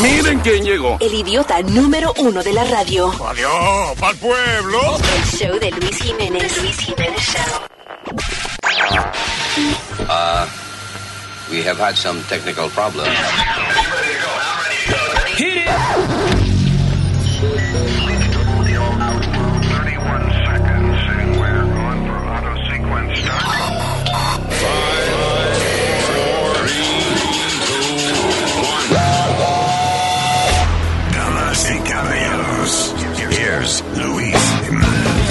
Miren quién llegó. El idiota número uno de la radio. Adiós, pa'l pueblo. El show de Luis Jiménez. Luis Jiménez Show. Uh, we have had some technical problems. Damas y caballeros, here's Luis Jiménez.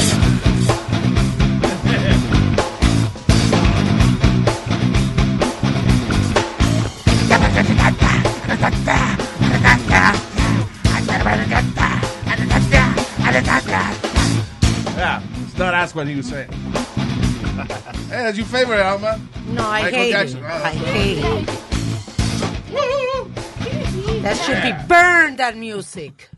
Yeah, no, that's what he was saying. hey, that's your favorite, Alma. No, I Michael hate Jackson. it. Ah. I hate it. That should be burn that music.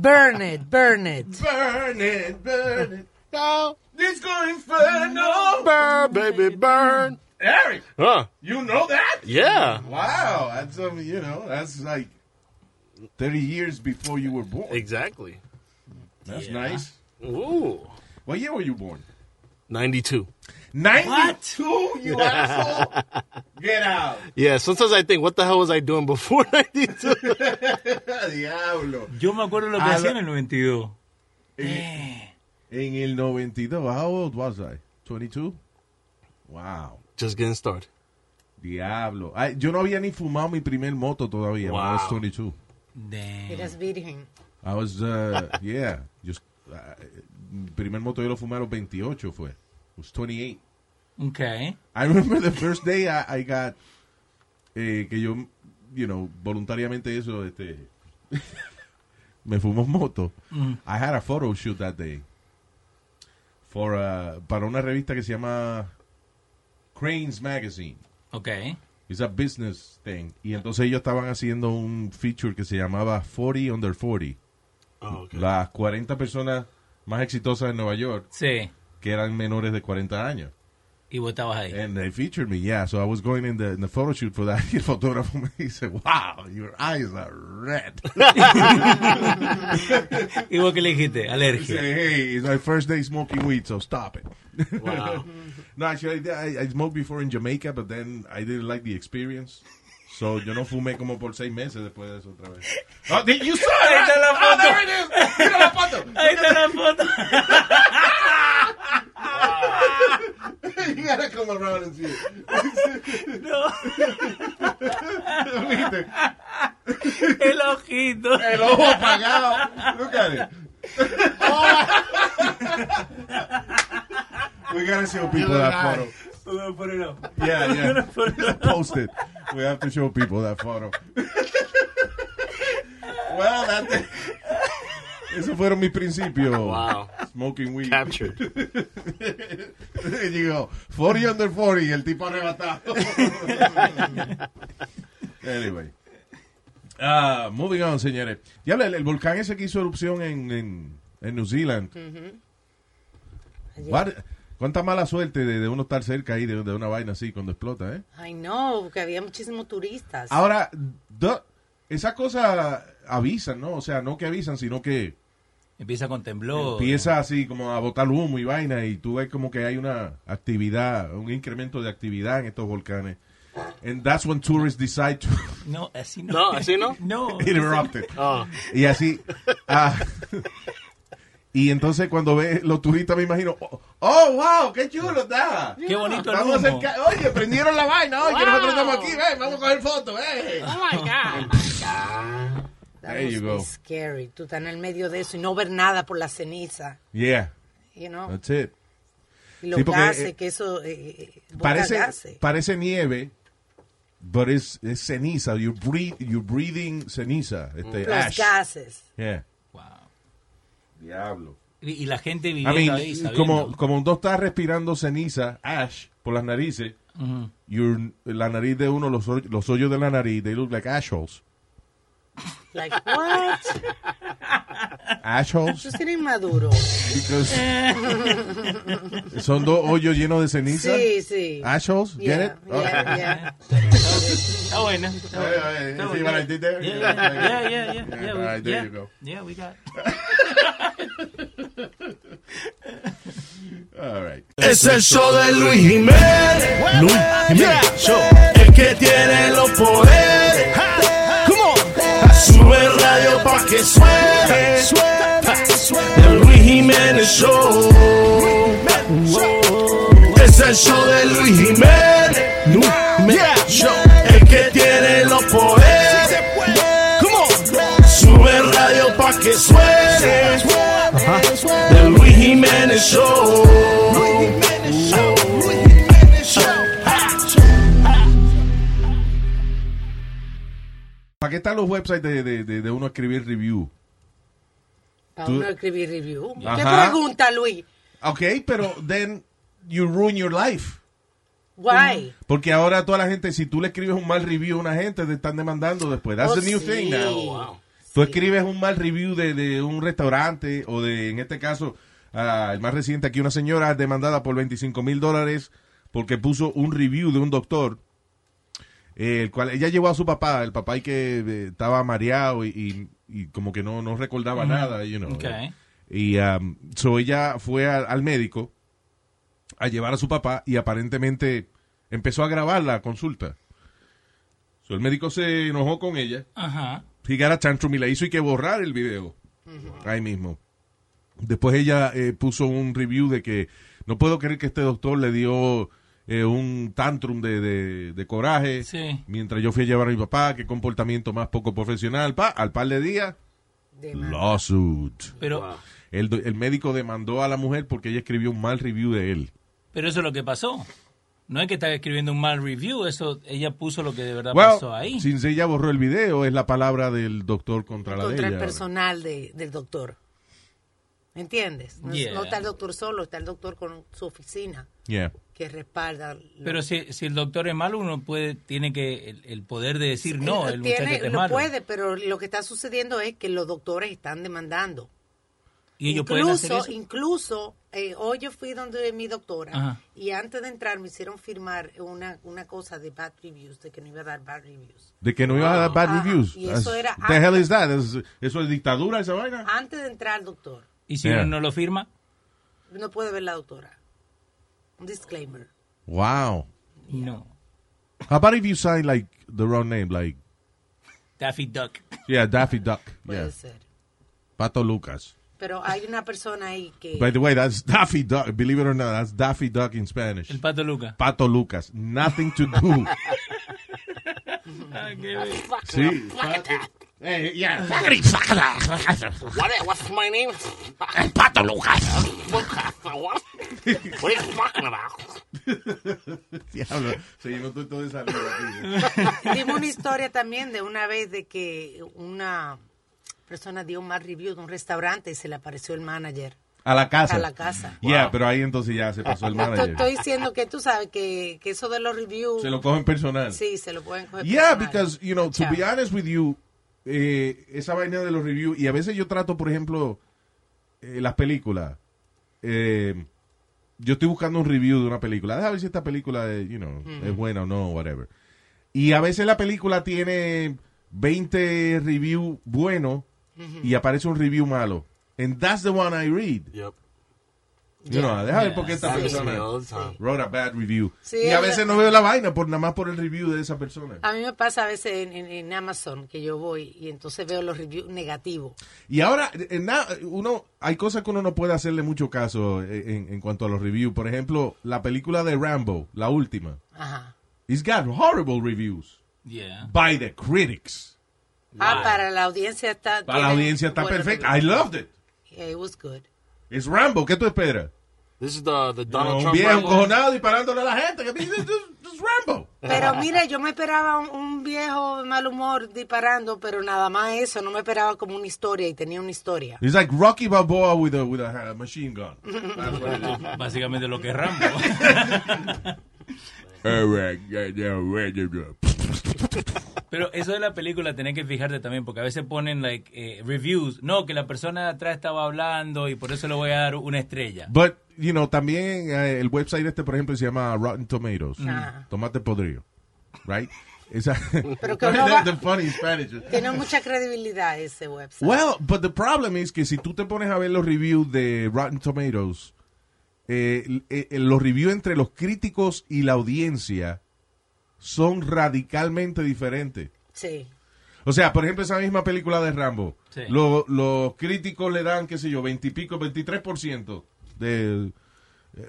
burn it, burn it. Burn it, burn it. Now, this going inferno. Burn, baby, burn. Eric, Huh? you know that? Yeah. Wow, that's um, you know, that's like thirty years before you were born. Exactly. That's Yeah. nice. Ooh. What year were you born? 92. Ninety-two. You asshole! Get out! Yeah, sometimes I think, what the hell was I doing before 92? Diablo. Yo me acuerdo lo que A hacía la- en el 92. En el 92, how old was I? 22? Wow. Just getting started. Diablo. Ay, yo no había ni fumado mi primer moto todavía. When I was Wow. 22. Damn. Eras virgen. I was, uh, yeah. Just, ah, mi primer moto yo lo fumé a los 28 fue. I was 28. Okay. I remember the first day I, I got, eh, que yo, you know, voluntariamente eso, este, me fumó moto. I had a photo shoot that day for, uh, para una revista que se llama Cranes Magazine. Okay. It's a business thing. Y entonces ellos estaban haciendo un feature que se llamaba 40 Under 40. Oh, okay. Las 40 personas más exitosas de Nueva York Sí. que eran menores de 40 años. Y vos estabas ahí. And they featured me, yeah. So I was going in the in the photo shoot for that. Y el fotógrafo me dice, wow, your eyes are red. ¿Y vos qué le dijiste? He said, Alergia. hey, it's my first day smoking weed, so stop it. Wow. no, actually, I, I smoked before in Jamaica, but then I didn't like the experience. So yo no fumé como por seis meses después de eso otra vez. Oh, did you saw it, Ahí está la right? foto. Oh, there it is. Mira la foto. Ahí está la foto. you gotta come around and see it. El ojito. El ojo Oh, apagado. Look at it. we gotta show people that photo. Vamos a ponerlo. Yeah, yeah. Post it. We have to show people that photo. well, that. Esos fueron mis principios. Wow. Smoking weed. Captured. There you go. 40 under 40, el tipo arrebatado. anyway. Ah, moving on, señores. Diablo, el, el volcán ese que hizo erupción en, en, en New Zealand. What- Cuánta mala suerte de, de uno estar cerca ahí de, de una vaina así cuando explota, ¿eh? Ay, no, que había muchísimos turistas. Ahora, do- esas cosas avisan, ¿no? O sea, no que avisan, sino que Empieza con temblor. empieza así como a botar humo y vaina y tú ves como que hay una actividad, un incremento de actividad en estos volcanes. And that's when tourists decide to No, así no. No, así no? No. interrupt it. Oh, Y así. ah, y entonces cuando ve los turistas me imagino, oh, oh, wow, qué chulo está. Qué bonito el Vamos a humo. acercar- oye, prendieron la vaina, oye, que nosotros estamos aquí, ven, vamos a coger fotos, eh. That there you must be go. scary. Tú estás en el medio de eso y no ver nada por la ceniza. Yeah, You know? that's it. Y los Ah, Sí, porque, gases, eh, que eso. eh, eh, boca parece, gases. parece nieve, but es, es ceniza. You breathe, you're breathing ceniza. Este, los ash. gases. Yeah. Wow. Diablo. Y, y la gente I viviendo ahí, mean, sabiendo. como, como tú estás respirando ceniza, ash, por las narices, your- la nariz de uno, los, hoy- los hoyos de la nariz, they look like ash holes. Like, what? Assholes. Yo sería inmaduro. Because- son dos hoyos llenos de ceniza. Sí, sí. Assholes, Yeah, get it? yeah, yeah. Está buena. Está Okay. buena. Hey, hey, Está you see buena. what I did there? Yeah, yeah, yeah, yeah, yeah, Yeah, yeah, we- all right, there yeah. you go. Yeah, we got. All right. Es el show de Luis Jiménez. Luis Jiménez Show. El que tiene los poderes. Come on. Sube el radio pa' que suene. El Luis Jiménez Show. Es el show de Luis Jiménez. Luis Jiménez Show. El que tiene los poderes. Come on. Sube el radio pa' que suene. El Luis Jiménez Show. ¿Para qué están los websites de, de, de, de uno escribir review? Para Tú- uno escribir review. ¿Qué Ajá. pregunta, Luis? Ok, pero then you ruin your life. Why? Porque ahora toda la gente, si tú le escribes un mal review a una gente, te están demandando después. That's Oh, the new sí. thing now. Tú escribes un mal review de, de un restaurante o de, en este caso, ah, el más reciente aquí, una señora demandada por 25 mil dólares porque puso un review de un doctor, eh, el cual ella llevó a su papá, el papá y que eh, estaba mareado y, y- y como que no, no recordaba nada, you know. Ok. Y um, so ella fue a- al médico a llevar a su papá y aparentemente empezó a grabar la consulta. So el médico se enojó con ella Ajá. he got a tantrum y le hizo y que borrar el video. Ahí mismo. Después ella eh, puso un review de que no puedo creer que este doctor le dio eh, un tantrum de, de- de coraje Sí. mientras yo fui a llevar a mi papá, qué comportamiento más poco profesional. Pa, al par de días, De más. lawsuit. Pero, El, do- el médico demandó a la mujer porque ella escribió un mal review de él. pero eso es lo que pasó. No es que estaba escribiendo un mal review, eso ella puso lo que de verdad Well, pasó ahí. Since ella borró el video, es la palabra del doctor contra la Contra de el ella. personal de, del doctor. ¿Me entiendes? No, es- Yeah. no está el doctor solo, está el doctor con su oficina Yeah. que respalda. lo- Pero si, si el doctor es malo, uno puede tiene que el, el poder de decir no, el Tiene- muchacho este es lo malo. puede, pero lo que está sucediendo es que los doctores están demandando. Y ellos pueden hacer incluso, eso. incluso eh, hoy yo fui donde mi doctora Ajá. y antes de entrar me hicieron firmar una, una cosa de bad reviews, de que no iba a dar bad reviews. De que no iba a dar bad Ajá, reviews. Ah, y eso That's- era the antes. Ah. hell is that? Es- ¿Eso es dictadura esa vaina? Antes de entrar, doctor, Y si Yeah. uno no lo firma, no puede ver la doctora. Un disclaimer. Wow. no. How about if you sign like the wrong name, like Daffy Duck. yeah, Daffy Duck, Puede yeah, ser. Pato Lucas. Pero hay una persona ahí que... By the way, that's Daffy Duck. Believe it or not, that's Daffy Duck in Spanish. El pato Luca. Pato Lucas, nothing to do. sí. Eh, What, what's my name? Pato Lucas. what? What are you talking about? Diablo. Seguimos todo- todo de salida aquí. Dime una historia también de una vez de que una persona dio un mal review de un restaurante y se le apareció el manager. A la casa. A la casa. Yeah, pero ahí entonces Ah, ya se pasó el No, te manager. estoy diciendo que tú sabes que, que eso de los reviews... Se lo cogen personal. Sí, se lo pueden coger. personal. Yeah, because, you know, to be Chao. honest with you, eh, esa vaina de los reviews, y a veces yo trato, por ejemplo, eh, las películas. Eh, yo estoy buscando un review de una película. Déjame ver si esta película, eh, you know, Mm. es buena o no, whatever. Y a veces la película tiene 20 reviews buenos Mm-hmm. y aparece un review malo. And that's the one I read. Yep. You know, déjame ver por qué esta That happens to me persona all the time. wrote a bad review. Sí, y a es veces la- no veo la vaina por nada más por el review de esa persona. A mí me pasa a veces en, en- en Amazon que yo voy y entonces veo los reviews negativos. Y ahora, eh, na- uno, hay cosas que uno no puede hacerle mucho caso eh, en, en cuanto a los reviews. Por ejemplo, la película de Rambo, la última, Ajá. Ah, it's got horrible reviews Yeah. by the critics. Ah, para la audiencia está. Para la tiene audiencia está buenos perfecta. I reviews. loved it. Yeah, it was good. It's Rambo, ¿qué tú esperas? This is the, the Donald un Trump. viejo Rambo. encojonado disparándole a la gente. que dice, "This is Rambo. Pero mira, yo me esperaba un, un viejo de mal humor disparando, pero nada más eso. No me esperaba como una historia y tenía una historia. It's like Rocky Balboa with a, with a uh, machine gun. That's what it is. Básicamente lo que es Rambo. All right, yeah, yeah, yeah, yeah. Pero eso de la película tenés que fijarte también, porque a veces ponen like eh, reviews. No, que la persona de atrás estaba hablando y por eso le voy a dar una estrella. But, you know, también eh, el website este, por ejemplo, se llama Rotten Tomatoes. Ah. Tomate podrido. Right? Esa, Pero que uno va- the funny Spanish. Tiene mucha credibilidad ese website. Well, but the problem is que si tú te pones a ver los reviews de Rotten Tomatoes, eh, l- eh, eh, los reviews entre los críticos y la audiencia son radicalmente diferentes. Sí. O sea, por ejemplo, esa misma película de Rambo, Sí. lo- los críticos le dan, qué sé yo, 20 y pico, 23% de... eh,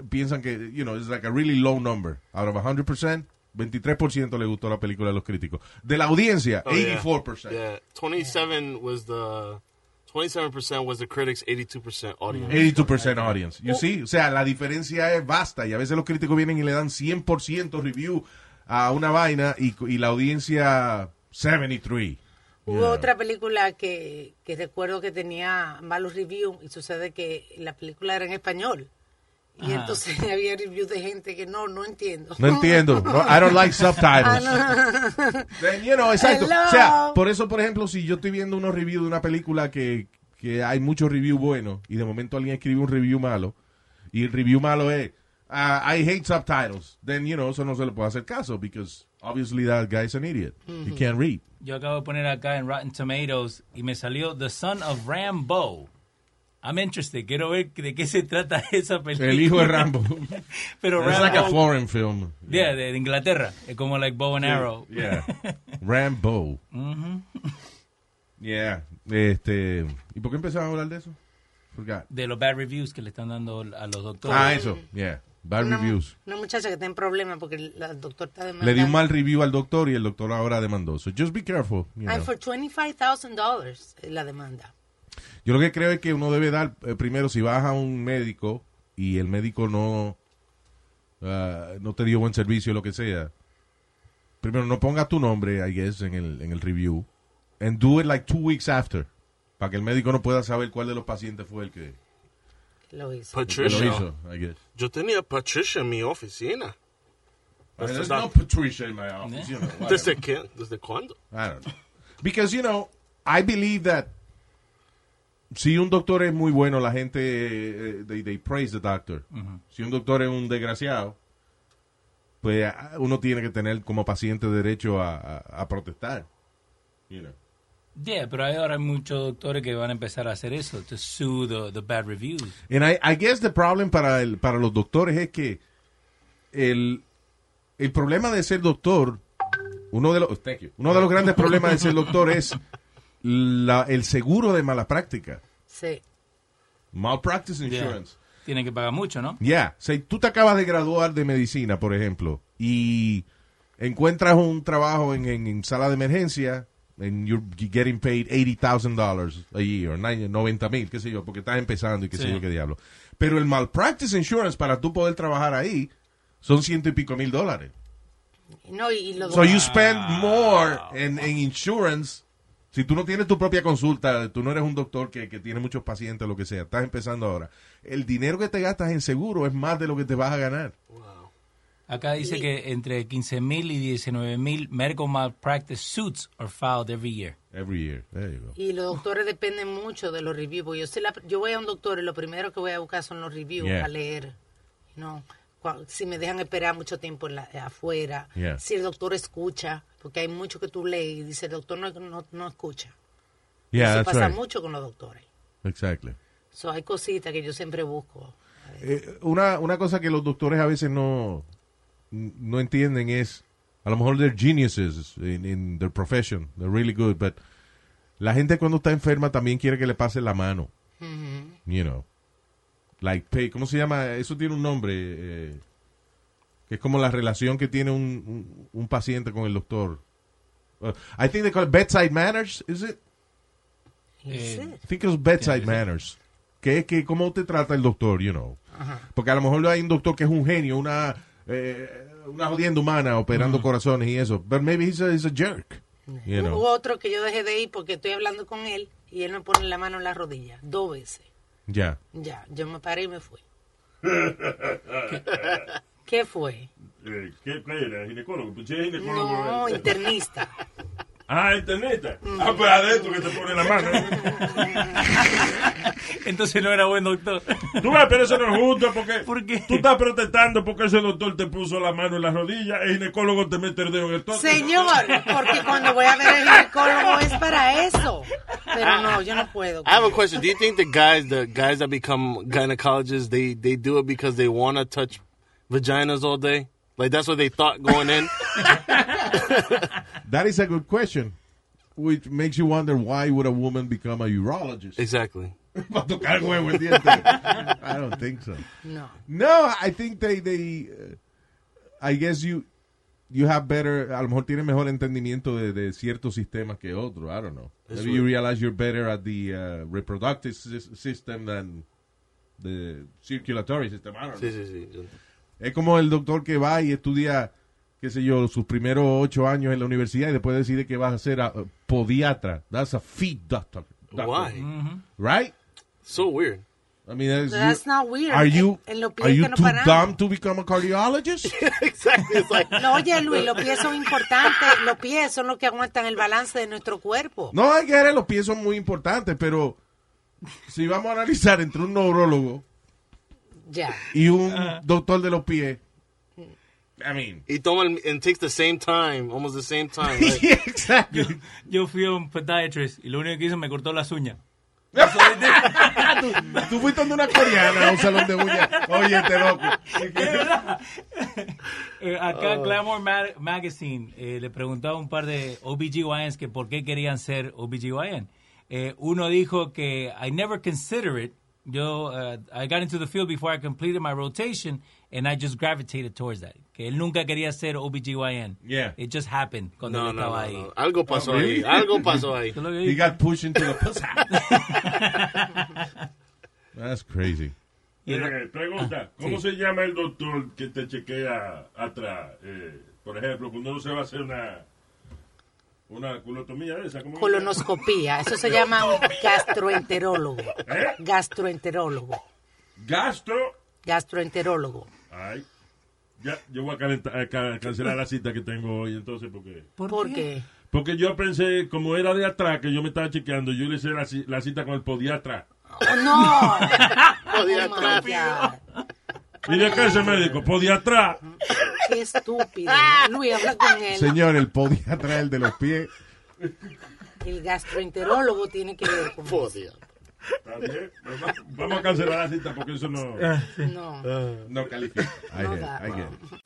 piensan que, you know, it's like a really low number. Out of 100%, 23% le gustó la película a los críticos. De la audiencia, Oh, yeah. 84%. Yeah, 27 was the 27% was the critics, 82% audience. 82% audience. You see? O sea, la diferencia es vasta y a veces los críticos vienen y le dan 100% review a una vaina y, y la audiencia 73. Hubo otra película que, que recuerdo que tenía malos reviews y sucede que la película era en español. Y Ajá. entonces había reviews de gente que no, no entiendo. No entiendo. No, I don't like subtitles. Then, you know, exacto. Hello. O sea, por eso, por ejemplo, si yo estoy viendo unos reviews de una película que, que hay muchos reviews buenos y de momento alguien escribe un review malo y el review malo es ah, I hate subtitles, then, you know, eso no se le puede hacer caso because obviously that guy's an idiot. He can't read. Yo acabo de poner acá en Rotten Tomatoes y me salió The Son of Rambo. I'm interested. Quiero ver de qué se trata esa película. El hijo de Rambo. Pero It's like a Rambo. foreign film. yeah, de, de Inglaterra. Es como like Bow and Arrow. Yeah. Rambo. Yeah. Este, ¿Y por qué empezamos a hablar de eso? Forgot. De los bad reviews que le están dando a los doctores. Ah, eso. Yeah. Bad Una, reviews. una muchacha que está en problemas porque el la- el doctor está demandando. Le di un mal review al doctor y el doctor ahora demandó. So just be careful. you And know. for $25,000 eh, la demanda. Yo lo que creo es que uno debe dar, eh, primero, si vas a un médico y el médico no, ah, no te dio buen servicio, lo que sea, primero no pongas tu nombre, I guess, en el, en el review. And do it like two weeks after. Para que el médico no pueda saber cuál de los pacientes fue el que, Lo hizo. el que lo Patricia. hizo, I guess. Yo tenía Patricia en mi oficina. That's There's the no doc- Patricia in my office, you know, whatever. ¿Desde qué? ¿Desde cuándo? I don't know. Because, you know, I believe that si un doctor es muy bueno, la gente, eh, they, they praise the doctor. Si un doctor es un desgraciado, pues ah, uno tiene que tener como paciente derecho a, a, a protestar. You know. Yeah, pero hay ahora muchos doctores que van a empezar a hacer eso. To sue the, the bad reviews. And I, I guess the problem para, el, para los doctores es que el, el problema de ser doctor, uno de los, thank you. uno de los grandes problemas de ser doctor es la- el seguro de mala práctica. Sí. Malpractice Yeah. insurance. Tienen que pagar mucho, ¿no? Ya, si tú te acabas de graduar de medicina, por ejemplo, y encuentras un trabajo en, en- en sala de emergencia, and you're getting paid $80,000 a year, nine- 90 mil, qué sé yo, porque estás empezando y qué sé Sí. yo qué diablo. Pero el malpractice insurance para tú poder trabajar ahí son ciento y pico mil dólares. No, y, y los So you spend more en, en insurance. Si tú no tienes tu propia consulta, tú no eres un doctor que, que tiene muchos pacientes, lo que sea, estás empezando ahora. El dinero que te gastas en seguro es más de lo que te vas a ganar. Acá dice que entre 15.000 y 19.000 medical malpractice suits are filed every year. Every year. There you go. Y los doctores dependen mucho de los reviews. porque Yo, soy la- yo voy a un doctor y lo primero que voy a buscar son los reviews Yeah. a leer. No, Cua- si me dejan esperar mucho tiempo en la- afuera, Yeah. si el doctor escucha, porque hay mucho que tú lees y dice el doctor no, no, no escucha. Yeah, Eso that's pasa right. mucho con los doctores. Exactly. So, hay cositas que yo siempre busco. Eh, una, una cosa que los doctores a veces no, no entienden es, a lo mejor they're geniuses in, in their profession, they're really good, but la gente cuando está enferma también quiere que le pase la mano. You know. Like, pay- ¿cómo se llama? Eso tiene un nombre, eh, que es como la relación que tiene un, un, un paciente con el doctor. Uh, I think they call it bedside manners, is it? Y Eh, sí. I think it's bedside manners. Que es que cómo te trata el doctor, you know. Porque a lo mejor hay un doctor que es un genio, una eh, una jodienda humana operando corazones y eso. But maybe he's a, he's a jerk. You Hubo know. otro que yo dejé de ir porque estoy hablando con él y él me pone la mano en la rodilla dos veces. Yeah. Ya, yo me paré y me fui. ¿Qué fue? eh, ¿qué, ¿qué era? ¿Ginecólogo? Pues sí, ginecólogo. No, eh. internista. Ah, internista. Mm. Ah, pues adentro que te pone la mano. Entonces no era buen doctor. Tú ves, pero eso no es justo porque ¿Por qué? tú estás protestando porque ese doctor te puso la mano en la rodilla, el ginecólogo te mete el dedo en el toque. Señor, porque cuando voy a ver el ginecólogo es para eso. Pero no, yo no puedo. I have a question. Do you think the guys, the guys that become gynecologists, they they do it because they want to touch vaginas all day? Like that's what they thought going in. That is a good question. Which makes you wonder why would a woman become a urologist? exactly. Para tocar huevo el diente. I don't think so. No. No, I think they, they uh, I guess you, you have better, a lo mejor tienen mejor entendimiento de, de ciertos sistemas que otros. I don't know. That's Maybe you realize you're better at the uh, reproductive sys- system than the circulatory system. I don't know. Sí, sí, sí. Es como el doctor que va y estudia, qué sé yo, sus primeros ocho años en la universidad y después decide que vas a ser a- podiatra. That's a feet doctor. doctor. Mm-hmm. Why? Right? So weird. I mean, that's, That's you- not weird. Are you, En- en los pies are you que no too paramos. dumb to become a cardiologist? exactly. It's like No, oye, Luis, los pies son importantes. Los pies son los que aguantan el balance de nuestro cuerpo. no, hay que ver, los pies son muy importantes, pero si vamos a analizar entre un neurólogo Ya. y un doctor de los pies, I mean, he toma el- and takes the same time, almost the same time. Like, exactly. Yo fui a un podiatrist y lo único que hizo me cortó las uñas. tú, tú fuiste donde una coreana a un salón de uñas. Oye, este loco. Eh, acá Oh. Glamour Ma- Magazine eh, le preguntaba a un par de OBGYNs que por qué querían ser OBGYN. Eh, uno dijo que I never consider it. Yo, uh, I got into the field before I completed my rotation and I just gravitated towards that. Que él nunca quería ser OBGYN. Yeah. It just happened cuando no, él no, estaba no, ahí. no. Algo pasó really? ahí. Algo pasó ahí. Eso es lo que He dijo. got pushed into the pussy. That's crazy. Eh, pregunta, ¿cómo se llama el doctor que te chequea atrás? Eh, por ejemplo, cuando uno se va a hacer una, una culotomía de esa. ¿cómo que se llama? Colonoscopía. Eso se llama un gastroenterólogo. ¿Eh? Gastroenterólogo. Gastro. Gastroenterólogo. Ay. Ya, yo voy a, calentar- a ca- cancelar la cita que tengo hoy, entonces, porque... ¿Por qué? Porque yo pensé, como era de atrás, que yo me estaba chequeando, yo le hice la, ci- la cita con el podiatra. Oh, no. Podía Oh, atrás. my God. ¿Y de qué ese médico? Podiatra. Qué estúpido. Luis, habla con él. Señor, el podiatra, el de los pies. El gastroenterólogo tiene que ver con eso. Podía. Está bien. Vamos- Vamos a Ah, cancelar la cita porque eso no... No. No califica. I get it, I get it.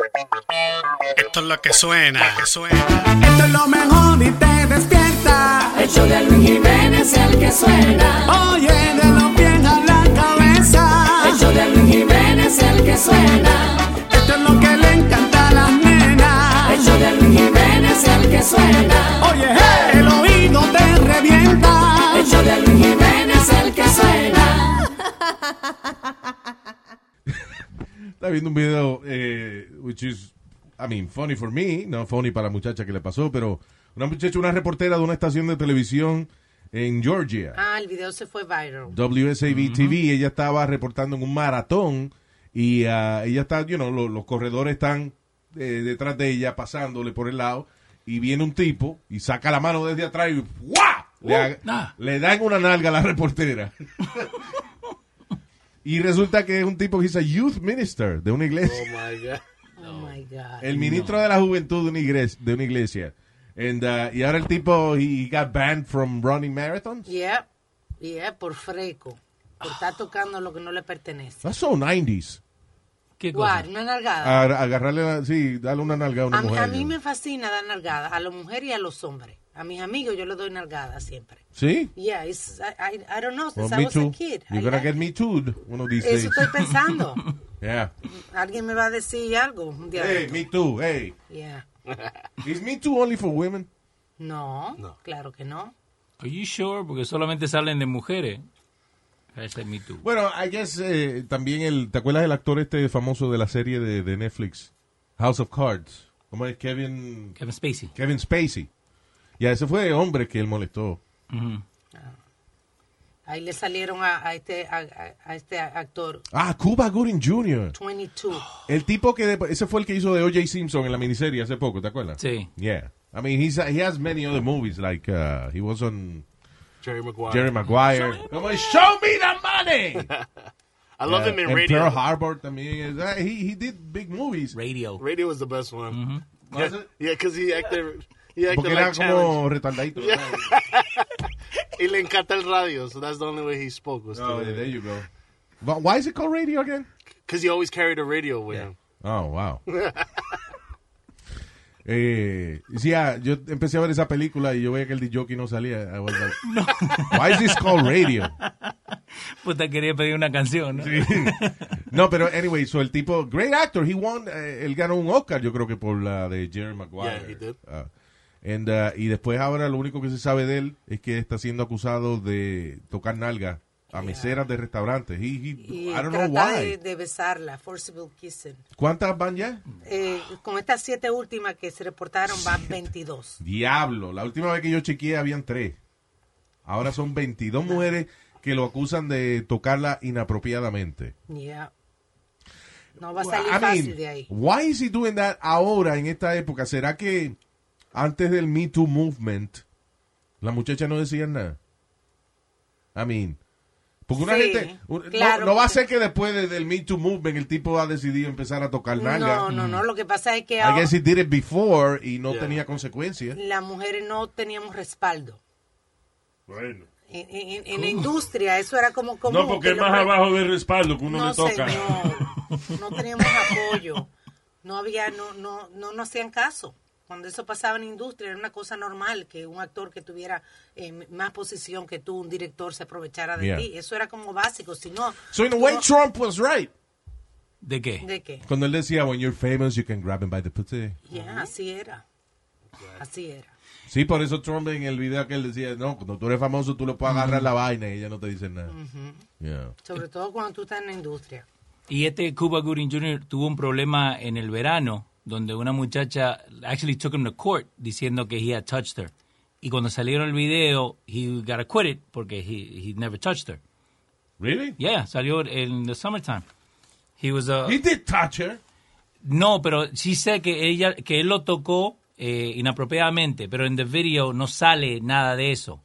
Esto es lo que suena. que suena. Esto es lo mejor y te despierta. El show de Luis Jiménez el que suena. Oye, de los pies a la cabeza. El show de Luis Jiménez el que suena. Esto es lo que le encanta a las nenas. El show de Luis Jiménez el que suena. Oye, hey, el oído te revienta. El show de Luis Jiménez el que suena. Estaba viendo un video, eh, which is, I mean, funny for me, no funny para la muchacha que le pasó, pero una muchacha, una reportera de una estación de televisión en Georgia. Ah, el video se fue viral. WSAB TV, ella estaba reportando en un maratón y ah, ella está, you know, lo- los corredores están eh, detrás de ella, pasándole por el lado, y viene un tipo y saca la mano desde atrás y ¡guau! Uh, Le, ag- nah. le dan una nalga a la reportera. y resulta que es un tipo que es a youth minister de una iglesia Oh my god. Oh my God. el ministro de la juventud de una iglesia. De una iglesia. And, uh, y ahora el tipo, he got banned from running marathons. Yeah. Yeah, por freco. Por estar tocando lo que no le pertenece. That's so 90s. ¿Qué cosa? Guau, una nalgada. A- agarrarle, la- sí, darle una nalga a Ah, una A, mí- mujer. a mí me fascina dar nalgadas a las mujeres y a los hombres. A mis amigos yo les doy nalgadas siempre. ¿Sí? Yeah, it's, I, I, I don't know, Well, since I me was too. a kid. You're I gonna like- get me too one of these Eso days. estoy pensando. Yeah. Alguien me va a decir algo un día. Hey, me too. Hey. Yeah. Is me too only for women? No, claro que no. Are you sure? Porque solamente salen de mujeres. Hashtag me too. Bueno, I guess eh, también el. ¿Te acuerdas del actor este famoso de la serie de, de Netflix? House of Cards. ¿Cómo es? Kevin. Kevin Spacey. Kevin Spacey. Ya, ese fue el hombre que él molestó. Ahí le salieron a, a este, a, a- a este actor Ah, Cuba Gooding Jr. 22. El tipo que, de- ese fue el que hizo de O.J. Simpson en la miniserie hace poco, ¿te acuerdas? Sí. Yeah. I mean, he's, he has many other movies, like uh, he was on Jerry Maguire. Jerry Maguire. I'm like, show me the money! I love Yeah. him in And radio. Pearl Harbor también. Uh, He, he did big movies. Radio. radio was the best one. Was Yeah, it? because he acted. He acted Porque like era challenge. Oh, como retardadito. ¿verdad? Y le encanta el radio, so that's the only way he spoke was Oh, yeah, through there you go. But why is it called radio again? Because he always carried a radio with him. Oh, wow. Eh, sí, ah, yo empecé a ver esa película y yo veía que el DJ no salía. I was like, Why is this called radio? Puta, quería pedir una canción, ¿no? No, pero anyway, so el tipo, great actor, he won, eh, él ganó un Oscar, yo creo que por la de Jerry Maguire. Yeah, he did. Ah. And, ah, y después ahora lo único que se sabe de él es que está siendo acusado de tocar nalga a meseras de restaurantes. He, he- Y I don't know trata why. De, de besarla, forcible kissing. ¿Cuántas van ya? Eh, con estas siete últimas que se reportaron van 22. Diablo, la última vez que yo chequeé habían tres. Ahora son 22 mujeres que lo acusan de tocarla inapropiadamente. Yeah. No va a salir I fácil mean, de ahí. Why is he doing that ahora en esta época? ¿Será que antes del Me Too movement la muchacha no decía nada? I mean, porque una Sí, gente un- no- claro, no, va a porque- ser que después de- del Me Too movement el tipo ha decidido empezar a tocar nalga. No, no, no. Lo que pasa es que mm. I ahora guess he did it before y no Yeah. tenía consecuencias. las mujeres no teníamos respaldo. Bueno. En, en- en- en la industria eso era como... como No, porque que es los más hombres- abajo del respaldo que uno no, le toca. señor. No teníamos apoyo. No había, no, no, no, no hacían caso. Cuando eso pasaba en la industria era una cosa normal que un actor que tuviera eh, más posición que tú, un director, se aprovechara de Yeah. ti. Eso era como básico. Si no, So in a tú way no- Trump was right. ¿De qué? ¿de qué? Cuando él decía, when you're famous, you can grab him by the pussy. Yeah, así era. Así era. Sí, por eso Trump en el video que él decía, no, cuando tú eres famoso, tú le puedes agarrar la vaina y ella no te dice nada. Yeah. Sobre todo cuando tú estás en la industria. Y este Cuba Gooding Jr. tuvo un problema en el verano donde una muchacha actually took him to court diciendo que he had touched her. Y cuando salieron el video, he got acquitted porque he, he never touched her. Really? Yeah, salió en the summertime. He was a... He did touch her. No, pero sí sé que ella, que él lo tocó eh, inapropiadamente, pero en the video no sale nada de eso.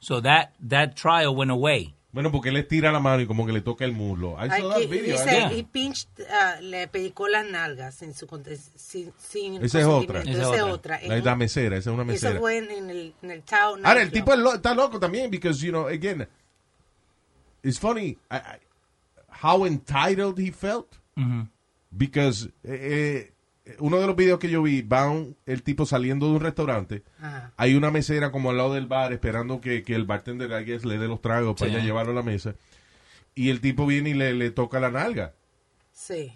So that, that trial went away. Bueno, porque él le tira la mano y como que le toca el muslo. I saw Aquí that video. dice, Yeah. y pinched, ah, le pellicó las nalgas sin su conte- sin, sin Esa es otra. consentimiento. Esa Esa es otra. otra. La, la mesera, esa es una mesera. Eso fue en, en el, en el Tao Ahora, Ah, el nightclub. tipo es lo- está loco también, because, you know, again, it's funny I- I- how entitled he felt. Because eh, eh, uno de los videos que yo vi, va un- el tipo saliendo de un restaurante, Ajá. hay una mesera como al lado del bar esperando que, que el bartender I guess, le dé los tragos para Sí. ella llevarlo a la mesa, y el tipo viene y le, le toca la nalga. Sí.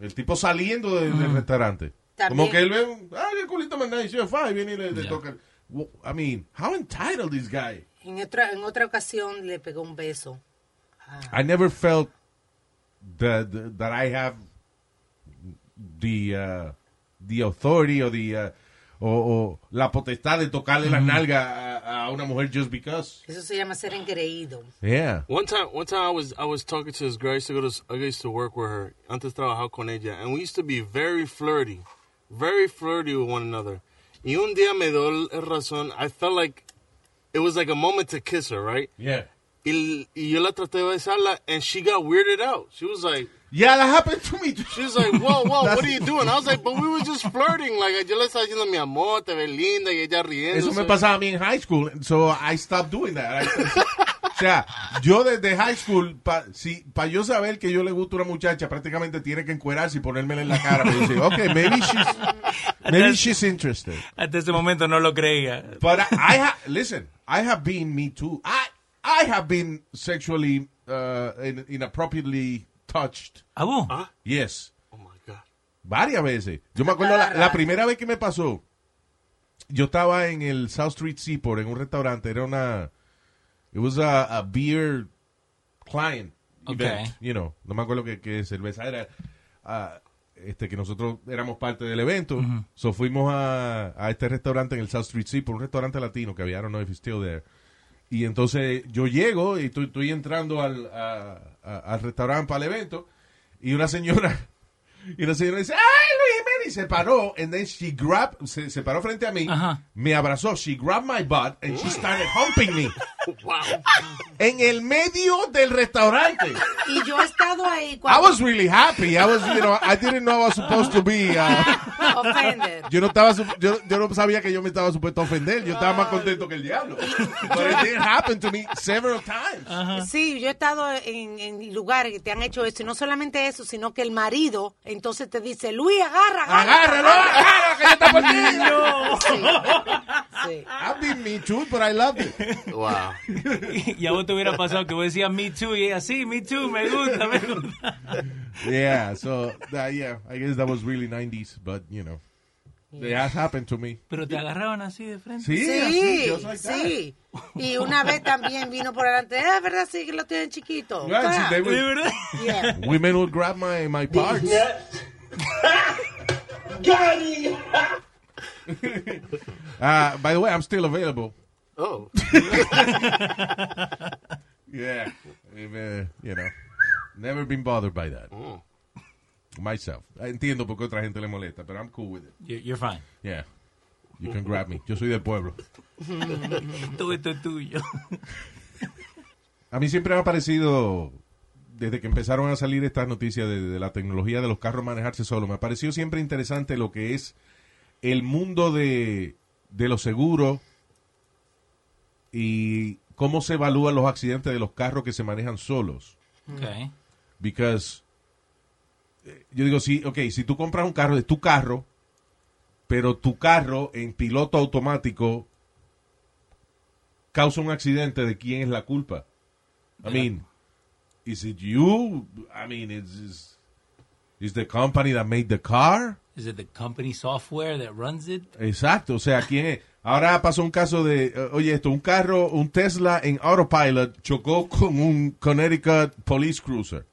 El tipo saliendo de- del restaurante. También. Como que él ve, un- ah, el culito más nice, you're fine", viene y le, le toca. el- Well, I mean, how entitled this guy? En otra, en otra ocasión le pegó un beso. I never felt that that I have the uh, the authority or the uh, o, o la potestad de tocarle la nalga a, a una mujer just because. Eso se llama ser engreído. Yeah. One time, one time I was I was talking to this girl. I used to go to I used to work with her. Antes trabajaba con ella, and we used to be very flirty, very flirty with one another. Y un día me dio el razón. I felt like it was like a moment to kiss her, right? Yeah. Y, y yo la traté de besarla, and she got weirded out. She was like, Yeah, that happened to me. she was like, whoa, whoa, what are you doing? I was like, but we were just flirting. Like yo le estaba diciendo mi amor, te ves linda, y ella riendo. Eso me pasaba a mí en high school, so I stopped doing that. I- o sea, yo desde high school, para si, pa yo saber que yo le gusta una muchacha, prácticamente tiene que encuerarse y ponérmela en la cara. Pero dice, ok, maybe she's, maybe she's interested. Hasta ese momento no lo creía. But I, I ha listen, I have been me too. I I have been sexually uh, in- inappropriately touched. ¿A vos? Ah. Yes, Oh my god. varias veces. Yo me acuerdo la, la primera vez que me pasó. Yo estaba en el South Street Seaport en un restaurante. Era una, it was a, a beer client event. Okay. You know, no me acuerdo qué qué cerveza era. ah, este que nosotros éramos parte del evento. So fuimos a, a este restaurante en el South Street Seaport, un restaurante latino que había, I don't know if it's still there. Y entonces yo llego y estoy, estoy entrando al, a- a- al restaurante para el evento y una señora y una señora dice, ¡ay, Luis Jiménez! Y se paró, and then she grabbed, se, se paró frente a mí, Ajá. me abrazó, she grabbed my butt and she started humping me. En el medio del restaurante. Y yo he estado ahí I cuando... was really happy. I was, you know, I didn't know I was supposed to be. uh, Offended. yo no estaba, sup- yo, yo no sabía que yo me estaba supuesto a ofender. Yo estaba más contento que el diablo. But it did happen to me several times. Sí, yo he estado en, en lugares que te han hecho eso, y no solamente eso, sino que el marido entonces te dice, Luis, agarra, agarra. Agárralo, agárralo, que yo está por ti. Sí. ah. I've been me too, but I love it. Wow. Y a vos te hubiera pasado que vos decías me too y ella sí, me too, me gusta, me gusta. Yeah, so, that- yeah, I guess that was really 90s, but, you know, it has happened to me. Pero te agarraban así de frente. Sí, así, Sí, just like that. sí. Y una vez también vino por delante, es verdad, sí, que lo tienen chiquito. Right, Ah, so they ¿De would- verdad? yeah. women would grab my, my parts. Uh, by the way, I'm still available. Oh. Yeah. If, uh, you know, never been bothered by that. Myself. Entiendo por qué otra gente le molesta, pero I'm cool with it. You're, you're fine. Yeah. You can grab me. Yo soy del pueblo. Todo esto es tuyo. A mí siempre me ha parecido, desde que empezaron a salir estas noticias de, de la tecnología de los carros manejarse solo, me ha parecido siempre interesante lo que es el mundo de, de los seguros y cómo se evalúan los accidentes de los carros que se manejan solos. Okay. Because eh, yo digo, sí, ok, si tú compras un carro, es tu carro, pero tu carro en piloto automático causa un accidente, ¿de quién es la culpa? I mean, is it you? I mean, is, is, is the company that made the car? Is it the company software that runs it? Exacto, o sea, ¿quién es? Ahora pasó un caso de, eh, oye, esto, un carro, un Tesla en autopilot chocó con un Connecticut Police Cruiser.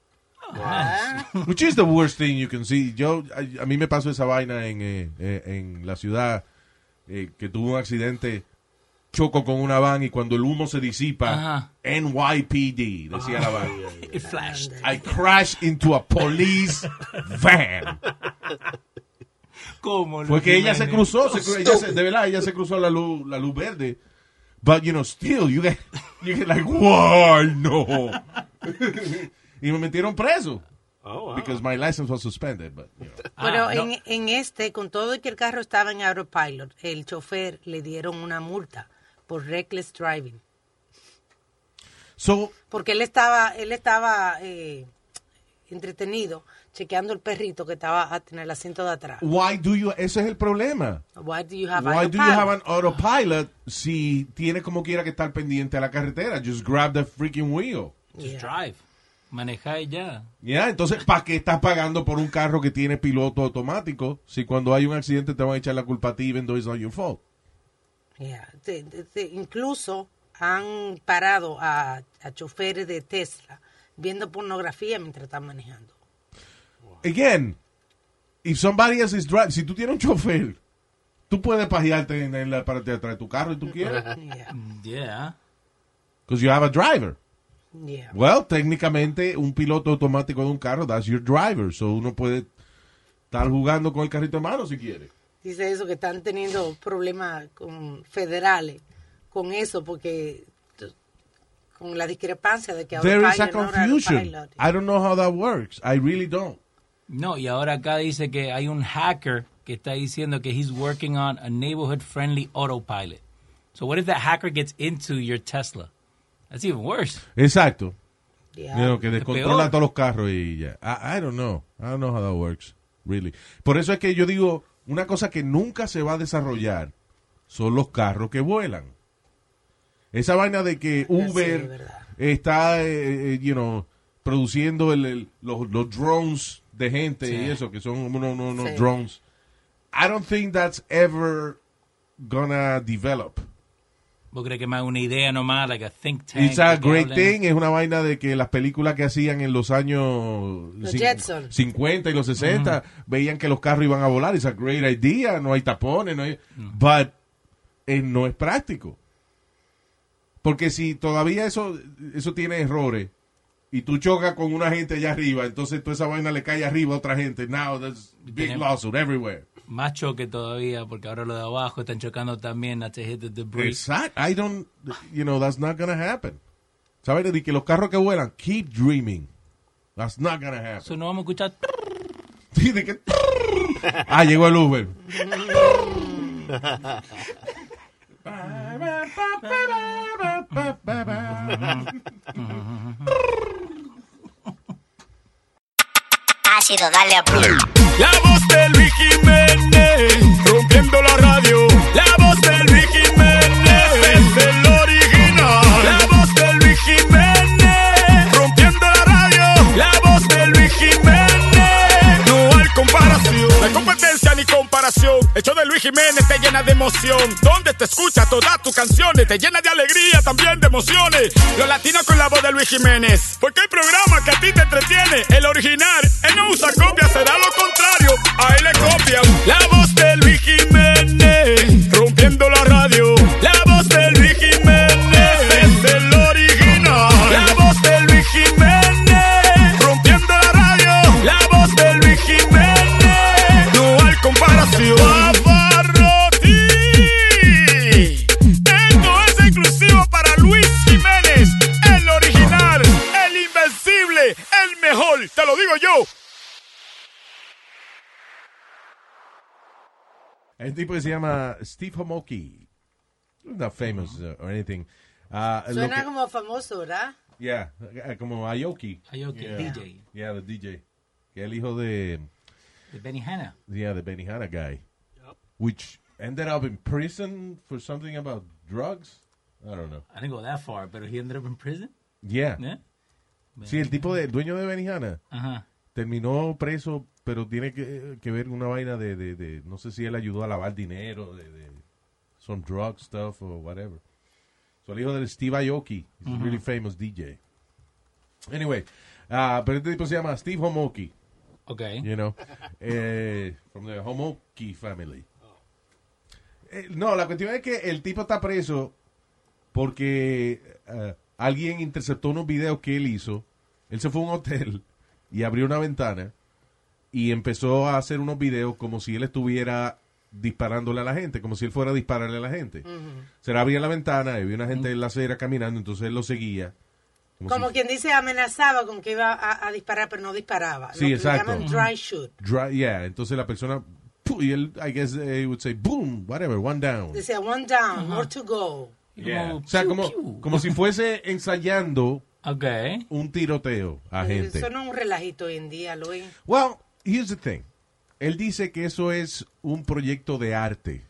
Which is the worst thing you can see. Yo, a, a mí me pasó esa vaina en, eh, eh, en la ciudad eh, que tuvo un accidente, choco con una van y cuando el humo se disipa, Ajá. NYPD, decía la van. It flashed. I crashed into a police van. ¿Cómo? Luis Fue que ella Jiménez? se cruzó, se cru- ella se- de verdad, ella se cruzó la luz, la luz verde. But, you know, still, you get, you get like, wow, no. y me metieron preso. Oh, wow. Because my license was suspended, but, you know. Ah, Pero no. en, en este, con todo y que el carro estaba en autopilot, el chofer le dieron una multa por reckless driving. So, Porque él estaba, él estaba eh, entretenido chequeando el perrito que estaba at- en el asiento de atrás. why do you, ese es el problema. Why do you have Why do you autopilot? have an autopilot si tiene como quiera que estar pendiente a la carretera? Just grab the freaking wheel. Just Yeah. drive. Manejá y ya. Ya, Entonces, ¿para qué estás pagando por un carro que tiene piloto automático si cuando hay un accidente te van a echar la culpa a ti even though it's not your fault? Yeah. Te- te- te- incluso han parado a, a choferes de Tesla viendo pornografía mientras están manejando. Again, if somebody else is driving, si tú tienes un chofer, tú puedes pajearte en, en la parte de atrás de tu carro y tú quieres. Yeah. Mm, Yeah. Because you have a driver. Yeah. Well, técnicamente un piloto automático de un carro, that's your driver. So uno puede estar jugando con el carrito en mano si quiere. Dice eso, que están teniendo problemas con federales con eso, porque t- con la discrepancia de que ahora There is a pilot, no era confusion. Ah, pilot. I don't know how that works. I really don't. No, y ahora acá dice que hay un hacker que está diciendo que he's working on a neighborhood-friendly autopilot. So what if that hacker gets into your Tesla? That's even worse. Exacto. Yeah. You know, que descontrola peor. todos los carros y ya. I, I don't know. I don't know how that works. Really. Por eso es que yo digo, una cosa que nunca se va a desarrollar son los carros que vuelan. Esa vaina de que Sí, Uber verdad. está, eh, eh, you know, produciendo el- el- los, los drones de gente y eso, que son unos unos- unos Sí. drones. I don't think that's ever gonna develop. ¿Vos crees que más una idea nomás, like a think tank? It's a que great hablen? thing. Es una vaina de que las películas que hacían en los años Los cin- Jetson. 50 y los 60 veían que los carros iban a volar. It's a great idea. No hay tapones. No hay, But eh, no es práctico. Porque si todavía eso, eso tiene errores y tú chocas con una gente allá arriba, entonces toda esa vaina le cae arriba a otra gente. Now there's big Tenemos- lawsuit everywhere. Más choque todavía, porque ahora lo de abajo están chocando también. Not to hit the debris. Exacto. I don't, you know, that's not gonna happen. ¿Sabes? De que los carros que vuelan, keep dreaming. That's not gonna happen. Eso no vamos a escuchar. Sí, de que- ah, llegó el Uber. Ha sido darle a play. La voz de Luis Jiménez, rompiendo la radio. La voz de Luis Jiménez, es el original. La voz de Luis Jiménez, rompiendo la radio. La voz de Luis Jiménez, no hay comparación. No hay competencia ni comparación. El show de Luis Jiménez te llena de emoción. Donde te escucha todas tus canciones, te llena de alegría, también de emociones. Los latinos con la voz de Luis Jiménez. Porque hay programa que a ti te entretiene. El original, él no usa copia, será lo contrario. A él le copian. La voz de Luis Jiménez, rompiendo la radio. La voz de Luis Jiménez, es el original. La voz de Luis Jiménez, rompiendo la radio. La voz de Luis Jiménez, no hay comparación. Pavarotti. Esto es exclusivo para Luis Jiménez, el original, el invencible, el mejor. Te lo digo yo. Hay un tipo que se llama Steve Homoki. Not famous uh, or anything. Ah, lo Suena que- como famoso, ¿verdad? Yeah, eh, como Ayoki. Aoki, Yeah. DJ, Yeah, the DJ. Que es el hijo de, de Benny Hanna. yeah, the Benihana guy. Which ended up in prison for something about drugs. I don't know. I didn't go that far, but he ended up in prison. Yeah. ¿Eh? Sí, el tipo de, el dueño de Benihana Ajá. terminó preso, pero tiene que, que ver una vaina de, de, de, no sé si él ayudó a lavar dinero, de, de some drug stuff or whatever. So, el hijo de Steve Aoki, he's a really famous DJ. Anyway, ah, pero este tipo se llama Steve Homoki. Ok. you know, eh, from the Homoki family. Oh. Eh, no, la cuestión es que el tipo está preso porque eh, alguien interceptó unos videos que él hizo. Él se fue a un hotel y abrió una ventana y empezó a hacer unos videos como si él estuviera disparándole a la gente, como si él fuera a dispararle a la gente. Se le abría la ventana y había una gente en la acera caminando, entonces él lo seguía. Como Como si- quien dice, amenazaba con que iba a, a disparar, pero no disparaba. Sí, Lo que le exacto. llaman dry shoot. Dry- yeah, entonces la persona, pu- y él, I guess they would say, boom, whatever, one down. Decía, one down, more to go. Yeah. O sea, como, como si fuese ensayando Ok. un tiroteo a gente. Eso no es un relajito hoy en día, Luis. Well, here's the thing. Él dice que eso es un proyecto de arte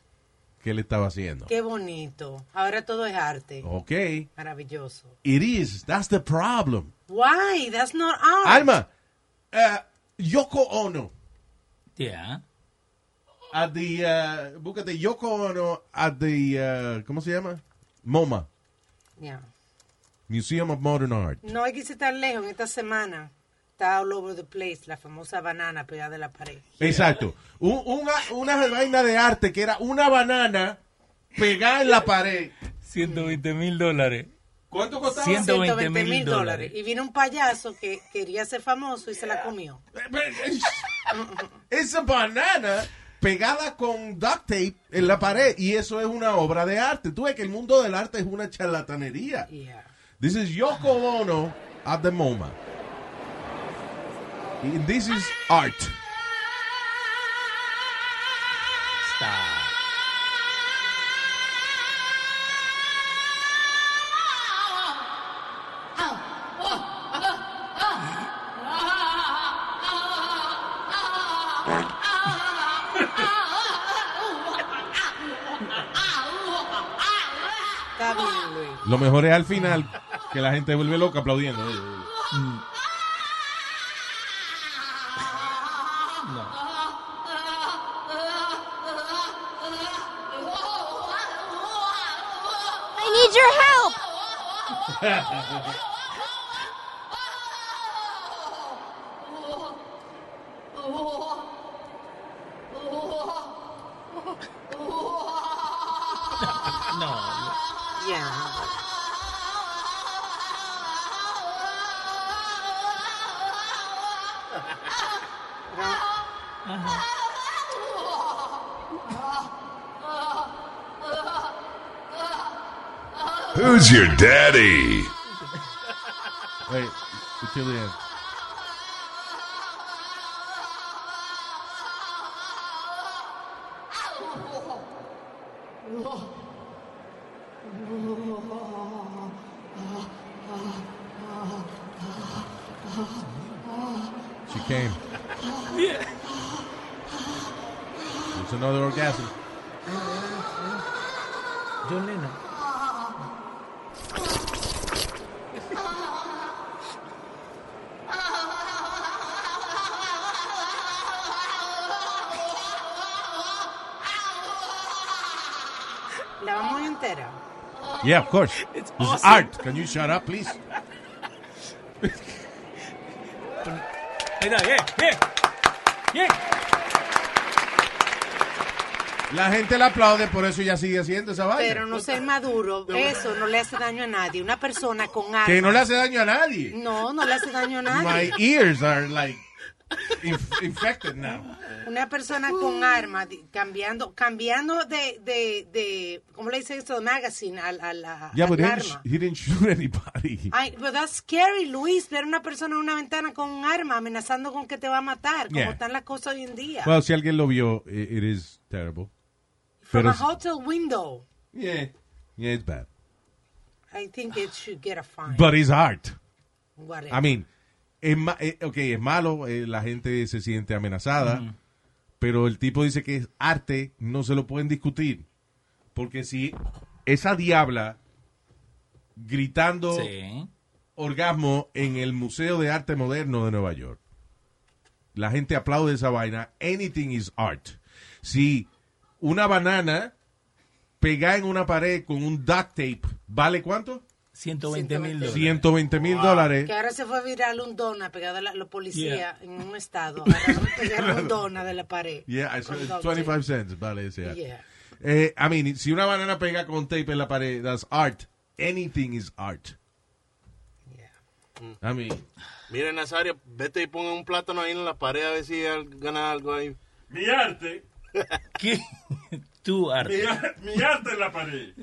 que él estaba haciendo. Qué bonito. Ahora todo es arte. Ok, Maravilloso. it is, that's the problem. Why? That's not art. Alma, uh, Yoko Ono, Yeah. at the, uh, búscate Yoko Ono at the, uh, ¿cómo se llama? MoMA, Yeah. Museum of Modern Art. No hay que irse tan lejos. En esta semana está all over the place la famosa banana pegada a la pared. Exacto. Un- una, una vaina de arte que era una banana pegada en la pared. 120 mil dólares. ¿Cuánto costaba? 120 mil dólares. Y vino un payaso que quería ser famoso y se la comió. Esa banana pegada con duct tape en la pared y eso es una obra de arte. Tú ves que el mundo del arte es una charlatanería. Yeah. This is Yoko Ono at the MoMA. And this is art. Está. Está bien, Luis. Lo mejor es al final que la gente vuelve loca aplaudiendo. I need your help. No. Oh, Yeah. Who's your daddy? Wait, until the end. She came. Yeah. It's another orgasm. John Lennon. La vamos entera. Yeah, of course. It's this is awesome. art. Can you shut up, please? Ahí está, yeah, yeah. Yeah. La gente la aplaude, por eso ya sigue haciendo esa vaina. Pero no ser maduro, eso no le hace daño a nadie. Una persona con alma. que no le hace daño a nadie. No, no le hace daño a My nadie. ears are like inf- infected now. Una persona Uh. con arma, di- cambiando, cambiando de, de, de, ¿cómo le dice esto? De magazine al, al, a- Yeah, al but he didn't, sh- arma. he didn't shoot anybody. Ay, but that's scary, Luis, ver una persona en una ventana con un arma amenazando con que te va a matar, como Yeah. están las cosas hoy en día. Well, si alguien lo vio, i- it, is terrible. From Pero, a hotel window, yeah, yeah, it's bad. I think it should get a fine. But it's art. Whatever. I mean, es ma- eh, ok, es malo, eh, la gente se siente amenazada, Ujú. pero el tipo dice que es arte, no se lo pueden discutir. Porque si esa diabla gritando Sí. orgasmo en el Museo de Arte Moderno de Nueva York, la gente aplaude esa vaina, anything is art. Si una banana pegada en una pared con un duct tape, ¿vale cuánto? 120 mil dólares. 120 mil dólares. Que ahora se fue viral un dona pegado a la, la policía Yeah. en un estado. Agarraron pegaron un dona de la pared. Yeah, I saw Con duct it's tape. 25 cents, vale, ese arte. Yeah. Eh, I mean, si una banana pega con tape en la pared, that's art. Anything is art. I mean, Mira, Nazario, vete y ponga un plátano ahí en la pared a ver si al- gana algo ahí. Mi arte. ¿Qué? Tú, Mi, arte. ar- mi arte en la pared.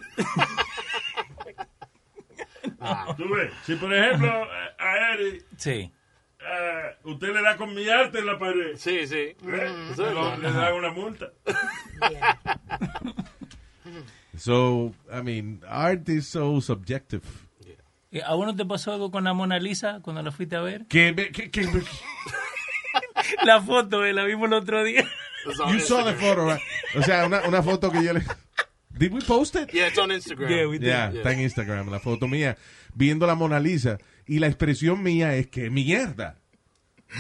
Ah. Tú ves, si por ejemplo a- a Eric Sí. eh, usted le da con mi arte en la pared. Sí, sí. Eso es No, verdad. le da una multa. so, I mean, art is so subjective. Eh, ¿A vos no te pasó algo con la Mona Lisa cuando la fuiste a ver? Que me- que- que me- La foto, eh, la vimos el otro día. you saw the photo, right? O sea, una, una foto que yo le... Did we post it? Yeah, it's on Instagram. Yeah, we did. Yeah, está en Instagram, la foto mía, viendo la Mona Lisa. Y la expresión mía es que mierda.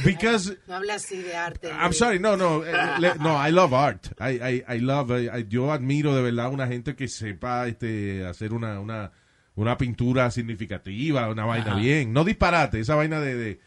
Because No habla así de arte. I'm Luis. sorry, no, no, eh, le- no, I love art. I, I, I love, I- I- yo admiro de verdad una gente que sepa este, hacer una, una, una pintura significativa, una vaina Ajá. bien. No disparate, esa vaina de, de-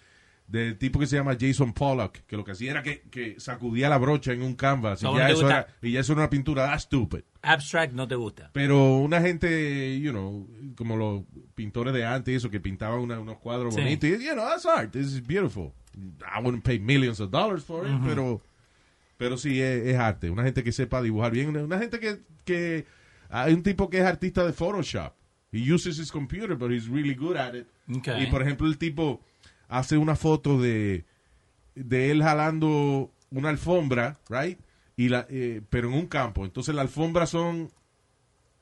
del tipo que se llama Jason Pollock, que lo que hacía era que, que sacudía la brocha en un canvas y ¿Cómo ya, te eso gusta? era, y ya eso era una pintura, that's stupid. Abstract no te gusta. Pero una gente, you know, como los pintores de antes, y eso que pintaban una- unos cuadros Sí. bonitos, y, you know, that's art, this is beautiful. I wouldn't pay millions of dollars for it, Ujú. pero, pero sí es, es arte. Una gente que sepa dibujar bien, una, una gente que, que hay un tipo que es artista de Photoshop. He uses his computer, but he's really good at it. Ok. Y por ejemplo, el tipo hace una foto de, de él jalando una alfombra, right? Y la, eh, pero en un campo. Entonces la alfombra son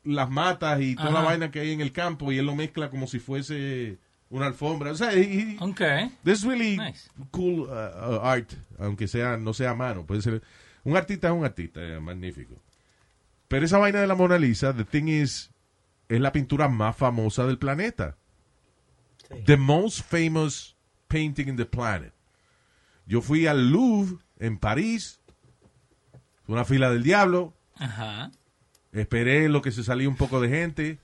las matas y toda la Ajá. vaina que hay en el campo y él lo mezcla como si fuese una alfombra. O sea, he- he- Ok. this is really Nice. cool uh, uh, art, aunque sea no sea a mano. Puede ser un artista es un artista, eh, magnífico. Pero esa vaina de la Mona Lisa, the thing is, es la pintura más famosa del planeta. The most famous painting in the planet. Yo fui al Louvre en París, una fila del diablo, Ajá. Esperé lo que se salía un poco de gente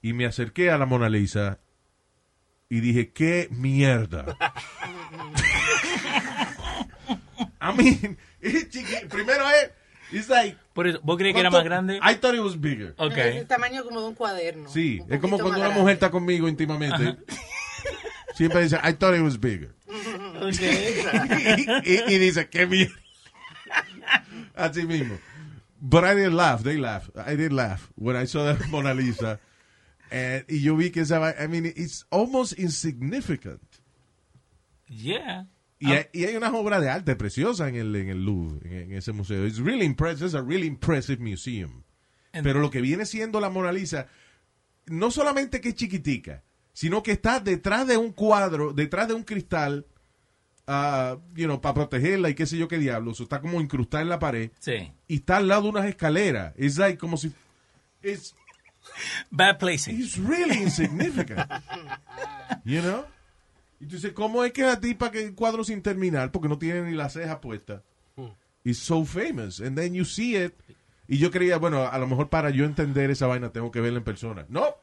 y me acerqué a la Mona Lisa y dije, qué mierda. I mean, it's chiqui- primero es, it's like... Por eso, ¿Vos crees que era ¿cuánto? más grande? Oh, I thought it was bigger. Es el tamaño como de un cuaderno. eh. Sí, Un es como poquito cuando más una mujer está conmigo íntimamente. Siempre dice, I thought it was bigger. y, y dice, qué mierda. Así mismo. But I didn't laugh. They laugh. I did laugh when I saw the Mona Lisa. Eh, y yo vi que esa va- I mean, it's almost insignificant. Yeah. Y, hay, y hay unas obras de arte preciosas en el, en el Louvre, en, en ese museo. It's really impressive. It's a really impressive museum. And- Pero lo que viene siendo la Mona Lisa, no solamente que es chiquitica, sino que está detrás de un cuadro, detrás de un cristal, ah, you know, para protegerla y qué sé yo qué diablos. Está como incrustada en la pared. Sí. Y está al lado de unas escaleras. Es like como si... It's, Bad placing. It's really insignificant. you know? Y tú dices, ¿cómo es que la tipa que el cuadro sin terminar, porque no tiene ni la ceja puesta, is so famous? And then you see it. Y yo creía, bueno, a lo mejor para yo entender esa vaina tengo que verla en persona. No.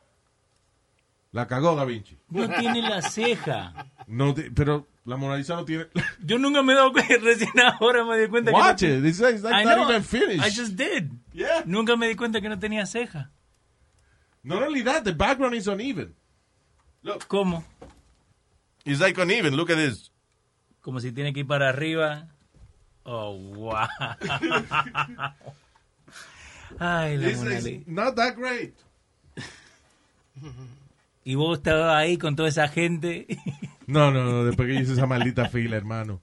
La cagó Da Vinci. No tiene la ceja. No, te- pero la Mona Lisa no tiene... Yo nunca me he dado cuenta, recién ahora me di cuenta Watch que. no- it. It's like- it's like I not know. even finished. I just did. Yeah. Nunca me di cuenta que no tenía ceja. Not only that, the background is uneven. ¿Cómo? It's like uneven. Look at this. Como si tiene que ir para arriba. Oh, wow. Ay, la This Mona is Lisa. not that great. Y vos estabas ahí con toda esa gente. No, no, no. Después que yo hice esa maldita fila, hermano.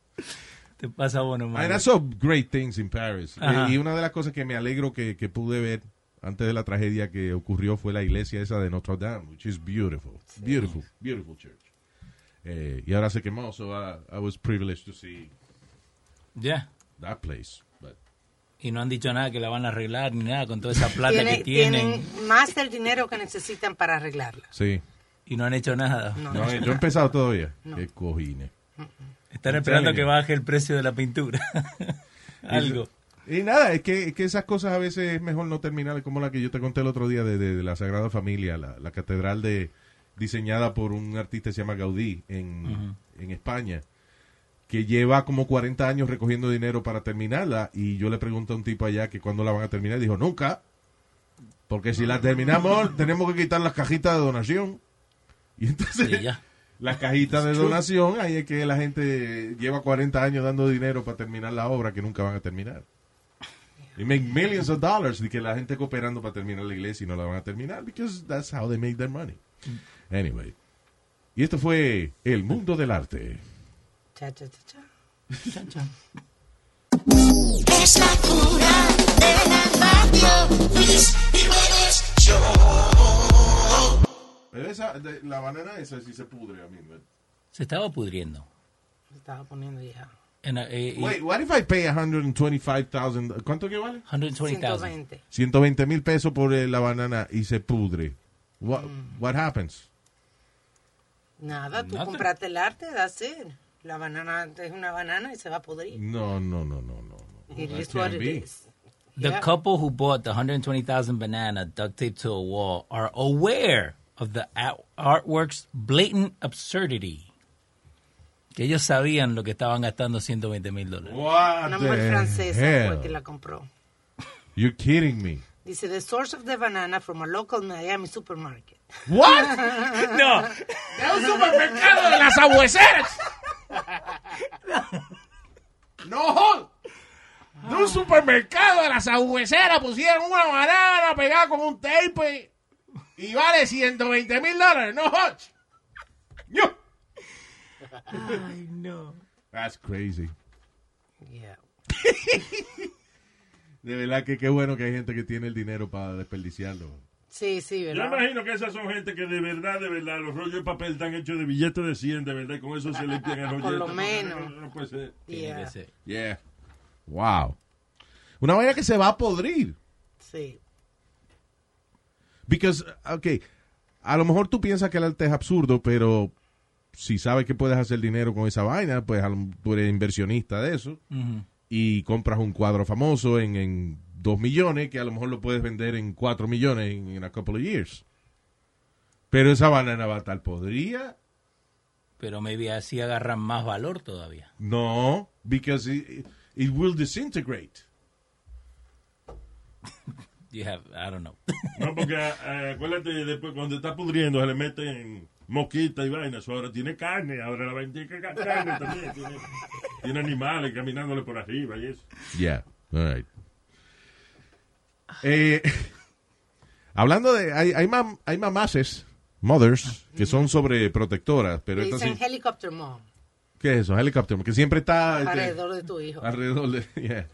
Te pasa vos nomás. And I saw great things in Paris. Ajá. Eh, y una de las cosas que me alegro que, que pude ver antes de la tragedia que ocurrió fue la iglesia esa de Notre Dame, which is beautiful. Beautiful, beautiful church. Eh, y ahora se quemó, so I, I was privileged to see Ya. that place. But Y no han dicho nada que la van a arreglar ni nada con toda esa plata Tiene- que tienen. tienen más del dinero que necesitan para arreglarla. sí. Y no han hecho nada. No. No, eh, yo he empezado todavía. Qué cojines. Están I'm esperando telling que you. baje el precio de la pintura. Algo. Y nada, es que, es que esas cosas a veces es mejor no terminar, como la que yo te conté el otro día de, de- de la Sagrada Familia, la, la catedral de diseñada por un artista que se llama Gaudí en, en España, que lleva como 40 años recogiendo dinero para terminarla. Y yo le pregunto a un tipo allá que cuándo la van a terminar, y dijo, nunca, porque si la terminamos tenemos que quitar las cajitas de donación. Y entonces Y ya. las cajitas de It's true. donación, ahí es que la gente lleva 40 años dando dinero para terminar la obra que nunca van a terminar. They make millions of dollars y que la gente cooperando para terminar la iglesia y no la van a terminar because that's how they make their money. Anyway. Y esto fue El Mundo del Arte. Cha, cha, cha, cha. Es la cura de la radio. Luis Jiménez Show. Pero esa, de- la banana esa sí se pudre a mí. but- Se estaba pudriendo. Me Estaba poniendo ya. En, eh, y- Wait, what if I pay 125,000? ¿Cuánto que vale? 120,000. 120. 120 mil pesos por eh, la banana y se pudre. What, what happens? Nada, tú Nada. compraste el arte, that's it. La banana es una banana y se va a podrir. No, no, no, no, no. no. It That is can't what it Mm, be. is. The Yeah. couple who bought the 120,000 banana duct taped to a wall are aware of the at- artwork's blatant absurdity. Que ellos sabían lo que estaban gastando 120 mil dólares. What Una the mujer francesa hell? fue que la compró. You're kidding me. Dice, the source of the banana from a local Miami supermarket. What? No, de las abueseras. No, jod. de un supermercado de las abueseras pusieron una banana pegada con un tape y vale 120 mil dólares. No, jod. Yo. Ay, no. That's crazy. Yeah. De verdad que qué bueno que hay gente que tiene el dinero para desperdiciarlo. Sí, sí, Yo ¿verdad? imagino que esas son gente que de verdad, de verdad, los rollos de papel están hechos de billetes de 100, de verdad, y con eso se limpian el rollo. Por lo menos. No puede ser. Tiene que Yeah. ser. Yeah. Wow. Una vaina que se va a podrir. Sí. Because, ok, a lo mejor tú piensas que el arte es absurdo, pero si sabes que puedes hacer dinero con esa vaina, pues a lo- tú eres inversionista de eso Ujú. y compras un cuadro famoso en, en 2 millones que a lo mejor lo puedes vender en 4 millones en en a couple of years. Pero esa banana va a estar podría. Pero maybe así agarran más valor todavía. No, because it, it will disintegrate. You have, I don't know. No, porque eh, acuérdate, después cuando está pudriendo se le meten mosquita y vainas. Ahora tiene carne, ahora la vaina tiene ca- carne también. Tiene, tiene animales caminándole por arriba y eso. Yeah, all right. Eh, Hablando de, hay, hay, mam- hay mamases, mothers, que son sobreprotectoras, pero Le esta dicen sí- helicopter mom ¿Qué es eso? Helicóptero, que siempre está este, alrededor de tu hijo. alrededor de, yeah,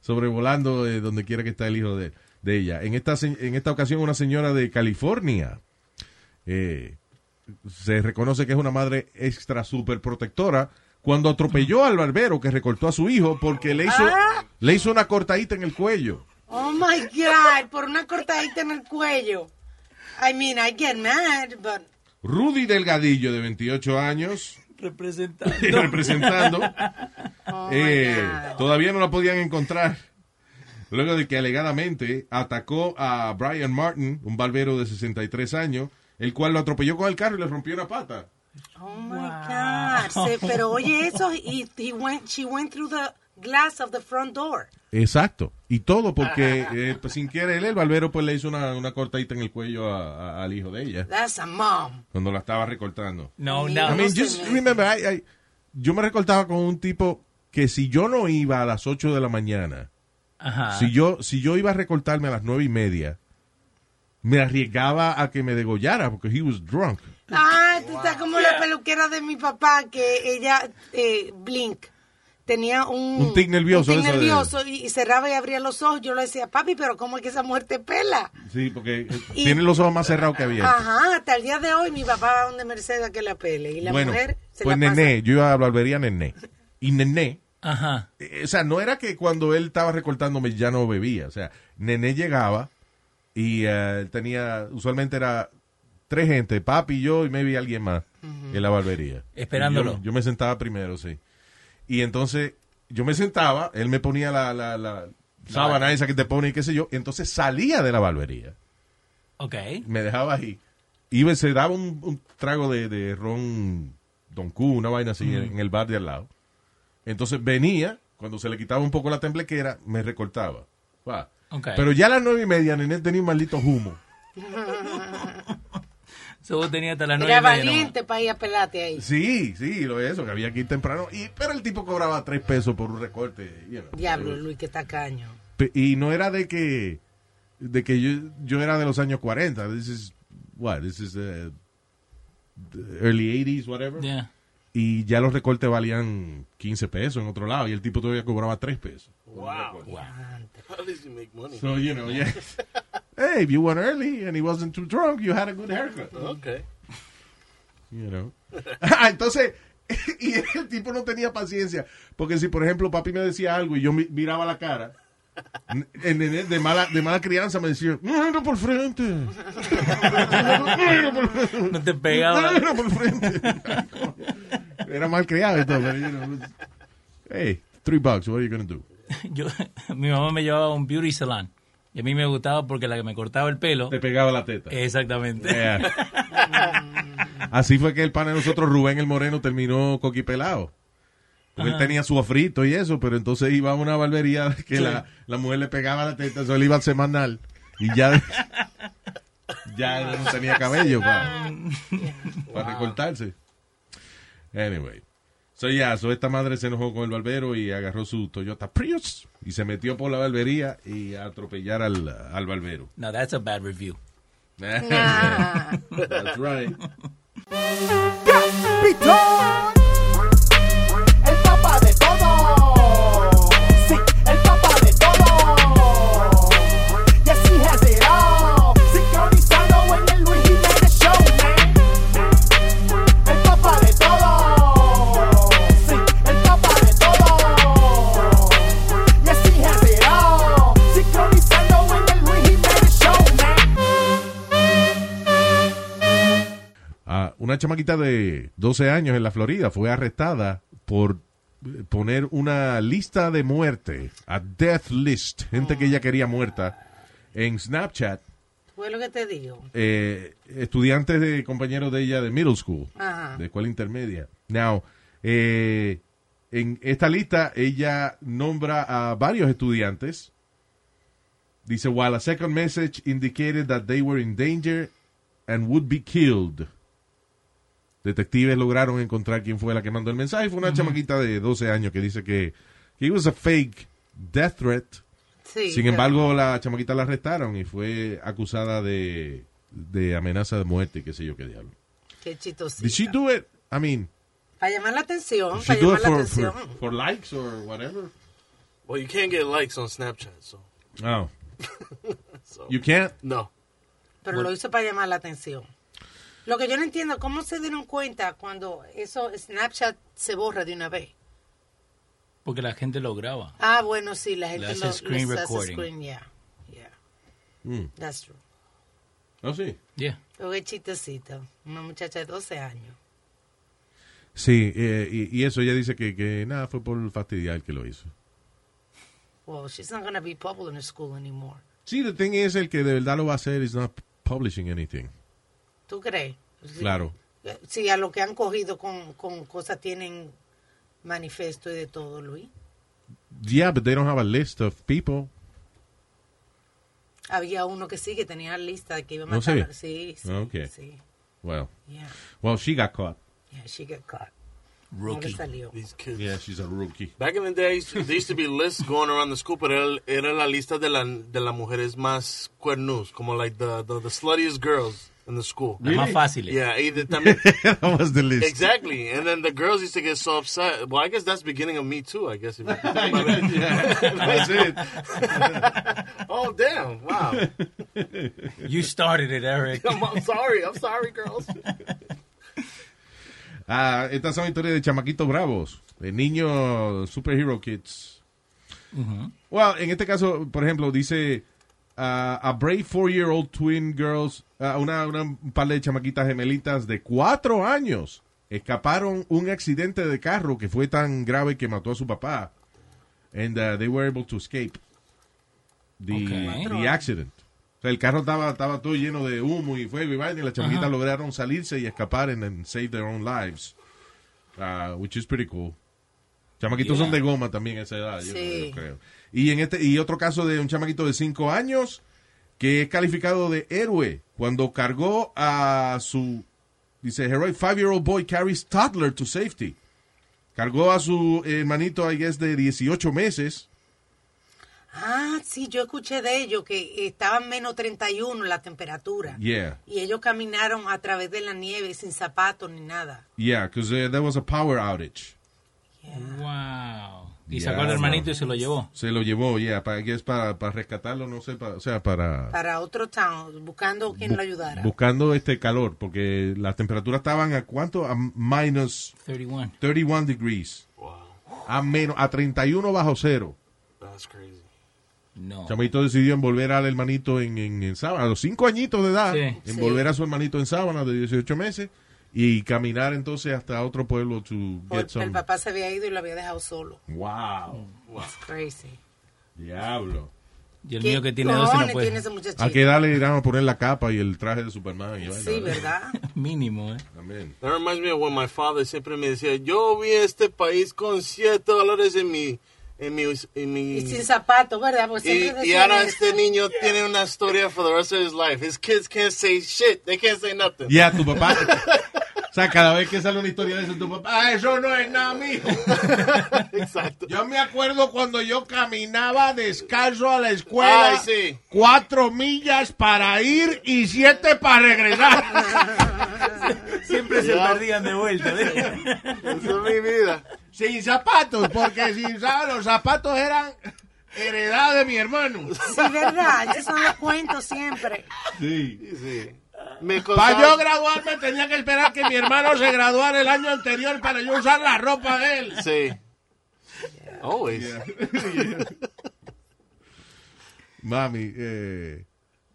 sobrevolando eh, donde quiera que está el hijo de, de ella. En esta, se- en esta ocasión, una señora de California eh, se reconoce que es una madre extra super protectora cuando atropelló al barbero que recortó a su hijo porque le hizo, Ah. le hizo una cortadita en el cuello. Oh my God, por una cortadita en el cuello. I mean, I get mad, but Rudy Delgadillo, de 28 años, Representando. representando. Oh, Eh, todavía no la podían encontrar. Luego de que alegadamente atacó a Brian Martin, un barbero de 63 años, el cual lo atropelló con el carro y le rompió una pata. oh my God. Se- pero oye eso, y he went, she went through the glass of the front door. Exacto. Y todo porque eh, pues, sin querer el barbero pues le hizo una, una cortadita en el cuello a- a- al hijo de ella That's a mom. cuando la estaba recortando. No, no. I mean, just remember, I- I- yo me recortaba con un tipo que si yo no iba a las 8 de la mañana, Ajá. Si yo, si yo iba a recortarme a las nueve y media, me arriesgaba a que me degollara porque he was drunk. Ah, tú estás como la peluquera de mi papá, que ella, eh, Blink, tenía un... Un tic nervioso, un tic eso de- nervioso, y, y cerraba y abría los ojos. Yo le decía, papi, pero ¿cómo es que esa muerte pela? Sí, porque eh, Y- tiene los ojos más cerrados que abiertos. Ajá, hasta el día de hoy mi papá va donde Mercedes a que la pele. Y la bueno, mujer se pues la pasa. Nené, yo iba a barbería Nené. Y Nené, Ajá. eh, o sea, no era que cuando él estaba recortándome ya no bebía. O sea, Nené llegaba y eh, él tenía, usualmente era tres gente, papi, yo y maybe alguien más en la barbería. Esperándolo. Y Yo, yo me sentaba primero, sí. Y entonces yo me sentaba, él me ponía la, la, la sábana esa que te pone y qué sé yo. Entonces salía de la barbería, Ok. me dejaba ahí. Iba y se daba un, un trago de, de ron Don Q, una vaina así, Ujú. en el bar de al lado. Entonces venía, cuando se le quitaba un poco la temblequera, me recortaba. Va. Ok. Pero ya a las nueve y media, Nené tenía un maldito humo. So, vos tenías hasta las nueve Era y media nomás. valiente para ir a pelarte ahí. Sí, sí, lo eso, que había que ir temprano. Y, pero el tipo cobraba tres pesos por un recorte. you know. Diablo, Luis, que tacaño. Pe- Y no era de que de que yo, yo era de los años 40. This is what? This is uh, the early 80s, whatever. Yeah. Y ya los recortes valían 15 pesos en otro lado y el tipo todavía cobraba 3 pesos. Wow. How does he make money? So, you know, yeah. Hey, if you went early and he wasn't too drunk, you had a good haircut. Okay. You know. Ah, Entonces, y el tipo no tenía paciencia. Porque si, por ejemplo, papi me decía algo y yo mi- miraba la cara, n- el nene de mala, de mala crianza me decía, no, no por frente. No te pegaba. No, no, por frente. Era mal criado y todo. Pero, you know, hey, three bucks, what are you going to do? Yo, mi mamá me llevaba a un beauty salon. Y a mí me gustaba porque la que me cortaba el pelo. Te pegaba la teta. Exactamente. Yeah. Mm. Así fue que el pana de nosotros, Rubén el Moreno, terminó coquipelado. Porque él Ajá. tenía su afrito y eso, pero entonces iba a una barbería que Sí. la, la mujer le pegaba la teta, solo iba al semanal y ya, ya no tenía cabello para recortarse. Anyway. So, ya, so esta madre se enojó con el barbero y agarró su Toyota Prius y se metió por la barbería y a atropellar al, al barbero. No, that's a bad review. That's right. Capitán, el papá de todo. Sí, el papá de todo. Yes, he has it all. Sincronizando en el Luis Jiménez Show, man. El papá de todo. Sí, el papá de todo. Yes, he has it all. Sincronizando en el Luis Jiménez Show, man. Ah, una chamaquita de 12 años en la Florida fue arrestada por eh, poner una lista de muerte, a death list, gente que ella quería muerta, en Snapchat. Fue lo que te digo. eh, estudiantes de compañeros de ella de middle school, Ajá. de escuela intermedia. Now, eh, en esta lista ella nombra a varios estudiantes. Dice, while a second message indicated that they were in danger and would be killed. Detectives lograron encontrar quién fue la que mandó el mensaje. Fue una chamaquita de 12 años que dice que he was a fake death threat Sí, Sin pero- embargo, la chamaquita la arrestaron y fue acusada de, de amenaza de muerte, y qué sé yo qué diablo. Qué chistosito. Did she do it? I mean, Para llamar la atención, did she para do llamar it la for, atención. for, for likes or whatever? Well, you can't get likes on Snapchat, so. No. so. oh. You can't? No. Pero lo hizo para llamar la atención. Lo que yo no entiendo, ¿cómo se dieron cuenta cuando eso Snapchat se borra de una vez? Porque la gente lo graba. Ah, bueno, sí, la gente Le hace lo screen les recording. screen, yeah, yeah, that's true. Oh, sí. Yeah. Luego es chistosito, una muchacha de 12 años. Sí, eh, y, y eso ella dice que, que nada, fue por fastidiar que lo hizo. Well, she's not gonna be popular in school anymore. Sí, the thing es el que de verdad lo va a hacer is not publishing anything. ¿Tú crees? Claro. Sí, a lo que han cogido con, con cosas tienen manifiesto y de todo, Luis. Yeah, but they don't have a list of people. Había uno que sí, que tenía lista de que iba a No matar. sé. Sí, sí. Okay. Sí. Well, Yeah. well, she got caught. Yeah, she got caught. No Rookie. le salió. These kids. Yeah, she's a rookie. Back in the days, there used to be lists going around the school, pero era- era la lista de, la, de las mujeres más cuernos, como like the, the, the sluttiest girls in the school. Las más Really? fáciles. Yeah, y de- también. that was the list. Exactly. And then the girls used to get so upset. Well, I guess that's beginning of Me Too, I guess. If you think about it. That's it. oh, damn. Wow. You started it, Eric. I'm, I'm sorry. I'm sorry, girls. Ah, estas son historias de chamaquitos bravos, de niños superhero kids. Well, en este caso, por ejemplo, dice ah, a brave four-year-old twin girls, ah, una, una- un par de chamaquitas gemelitas de cuatro años escaparon un accidente de carro que fue tan grave que mató a su papá. And ah, they were able to escape the, Ok. the accident. O sea, el carro estaba, estaba todo lleno de humo y fuego y vaina, y las chamaquitas Ajá. lograron salirse y escapar and, and save their own lives. Ah, which is pretty cool. Chamaquitos Yeah. son de goma también a esa edad, yo Sí. no creo. Y en este y otro caso de un chamaquito de 5 años que es calificado de héroe cuando cargó a su dice heroic five year old boy carries toddler to safety. Cargó a su hermanito I guess de 18 meses. Ah, sí, yo escuché de ellos que estaban menos 31 la temperatura. Yeah. Y ellos caminaron a través de la nieve sin zapatos ni nada. Yeah, because there was a power outage. Wow. Y Yeah, sacó al hermanito man. y se lo llevó. Se lo llevó, yeah, para, I guess, para, para rescatarlo, no sé, para- o sea, para Para otro town, buscando quien Bu- lo ayudara. Buscando este calor, porque las temperaturas estaban a cuánto? A minus 31. 31 degrees. A menos, a 31 bajo cero. That's crazy. No. Chamito decidió envolver al hermanito en, en, en sábana, a los 5 añitos de edad, Sí. envolver Sí. a su hermanito en sábana de 18 meses y caminar entonces hasta otro pueblo to get Porque el some... papá se había ido y lo había dejado solo. Wow. It's crazy. Diablo. Y el ¿Qué mío que tiene cojones 12 no puede. tiene ese muchachito? ¿A qué edad le irán a poner la capa y el traje de Superman? y vaina, Sí, ¿verdad? Mínimo, eh. Amén. That reminds me of when my father siempre me decía, yo vi este país con siete dólares en mi... En mi, en mi Y sin zapatos, ¿verdad? Porque Y, siempre y decían ahora eso. este niño tiene una historia for the rest of his life. His kids can't say shit. They can't say nothing. Ya, tu papá. o sea, cada vez que sale una historia de eso, tu papá, ah, eso no es nada, mijo. Exacto. Yo me acuerdo cuando yo caminaba descalzo a la escuela. Ay, sí. Cuatro millas para ir y siete para regresar. Siempre se Ya. perdían de vuelta. ¿eh? Esa es mi vida. sin zapatos, porque sin zapatos, los zapatos eran heredad de mi hermano. Sí, ¿verdad? Yo son los cuentos siempre. Sí. Sí. Me Para contaba- yo graduarme tenía que esperar que mi hermano se graduara el año anterior para yo usar la ropa de él. Sí. Always. Mami, eh,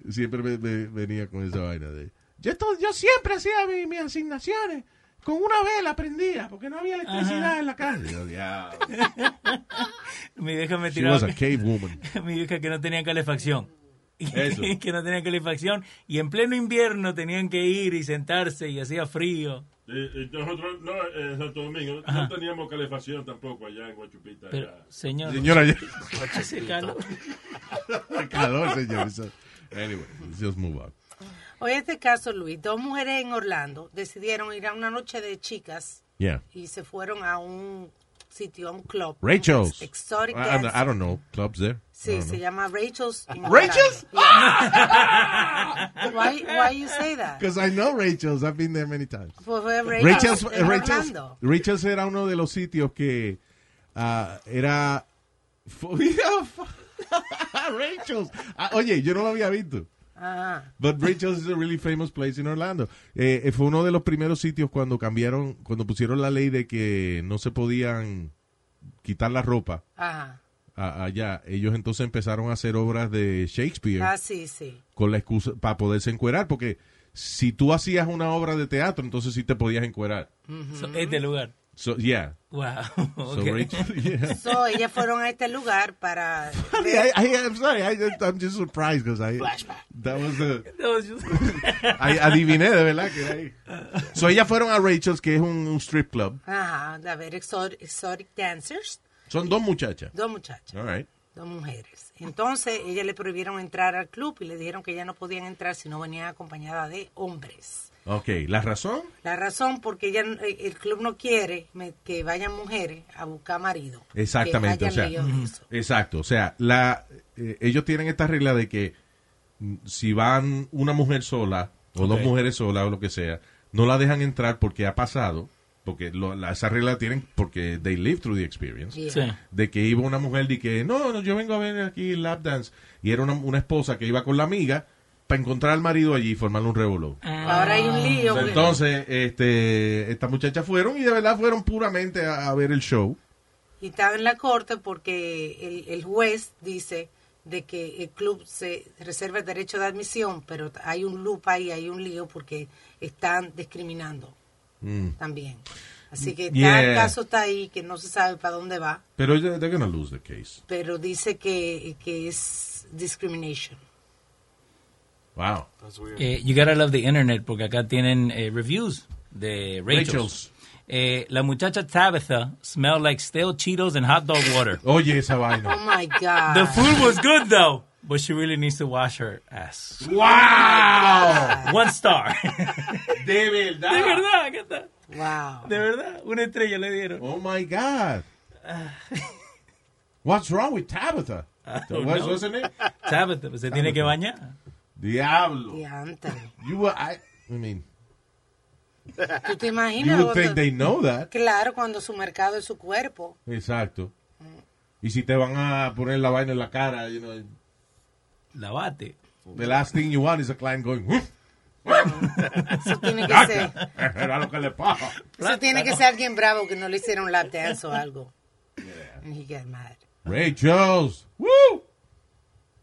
siempre me- me venía con esa vaina de... Yo, esto- yo siempre hacía mi- mis asignaciones. Con una vela prendida, porque no había electricidad en la casa. Yo, diablo. Mi vieja me She tiraba. was a cave woman. mi vieja que no tenía calefacción. Eso. que no tenía calefacción. Y en pleno invierno tenían que ir y sentarse y hacía frío. Eh, eh, nosotros, no, eh, en Santo Domingo, no teníamos calefacción tampoco allá en Guachupita. Pero, era- señor. Señora, ya- hace calor. calor, señor. Eso- Anyway, let's just move on. Oye, este caso, Luis, dos mujeres en Orlando decidieron ir a una noche de chicas Yeah. y se fueron a un sitio, a un club. Rachel's. Ah, Exotic I, I don't- dance. I don't know. Clubs there. I Sí, don't se know. llama Rachel's. in Rachel's? Ah, Orlando. Yeah. why, why you say that? Because I know Rachel's. I've been there many times. Pues fue Rachel's, Rachel's, en Rachel's, Orlando. Rachel's era uno de los sitios que ah, era... fu- Mira, fu- Rachel's. Ah, oye, yo no lo había visto. Ah, But Rachel's is a really famous place in Orlando. Eh, eh, fue uno de los primeros sitios cuando cambiaron, cuando pusieron la ley de que no se podían quitar la ropa ajá. a- allá. Ellos entonces empezaron a hacer obras de Shakespeare Ah, sí, sí. con la excusa para poderse encuerar, porque si tú hacías una obra de teatro, entonces sí te podías encuerar. So, este lugar. So, yeah. Wow. So okay. Rachel, yeah. So, ellas fueron a este lugar para... I, I, I'm sorry, I just, I'm just surprised because I... That was the... I adiviné de verdad que era ahí. So ellas fueron a Rachel's, que es un, un strip club. Ajá, de ver exotic, exotic dancers, Son dos muchachas. dos muchachas, All right. dos mujeres. Entonces, ellas le prohibieron entrar al club y le dijeron que ya no podían entrar si no venían acompañadas de hombres. Ok, ¿la razón? La razón porque ella, eh, el club no quiere me- que vayan mujeres a buscar marido. que Exactamente, o hayan sea, lío de eso. exacto, o sea, la, eh, ellos tienen esta regla de que mm, si van una mujer sola o Ok. dos mujeres solas o lo que sea, no la dejan entrar porque ha pasado, porque lo- la- esa regla la tienen porque they live through the experience, Yeah. Sí. de que iba una mujer y que no, no, yo vengo a ver aquí el lap dance y era una, una esposa que iba con la amiga para encontrar al marido allí y formar un revolú. Ahora hay un lío. porque- Entonces, este, estas muchachas fueron y de verdad fueron puramente a- a ver el show. y estaba en la corte porque el, el juez dice de que el club se reserva el derecho de admisión, pero hay un loop ahí, hay un lío porque están discriminando Mm. también. Así que está- Yeah. el caso está ahí, que no se sabe para dónde va, Pero they're they're gonna lose the case. pero dice que, que es discrimination. Wow. Eh, you gotta love the internet porque acá tienen eh, reviews de Rachel's. Rachel's. Eh, la muchacha Tabitha smelled like stale Cheetos and hot dog water. Oye, esa vaina. Oh my God. The food was good though, but she really needs to wash her ass. Wow. One star. De verdad. De verdad, ¿qué tal? Wow. De verdad, una estrella le dieron. Oh my God. What's wrong with Tabitha? don't What's- know. what's her name? Tabitha, pues, se tiene que bañar. Diablo. Diantre. You were, I, I mean, ¿Tú te imaginas? You would think they know that. Claro, cuando su mercado es su cuerpo. exacto. Y si te van a poner la vaina en la cara, you know, Lavate. the last thing you want is a client going. "Huh? Eso tiene que ser. Era lo que le pasa. Eso tiene que ser alguien bravo que no le hicieron lap dance o algo. And he get mad. Rachel's. Woo!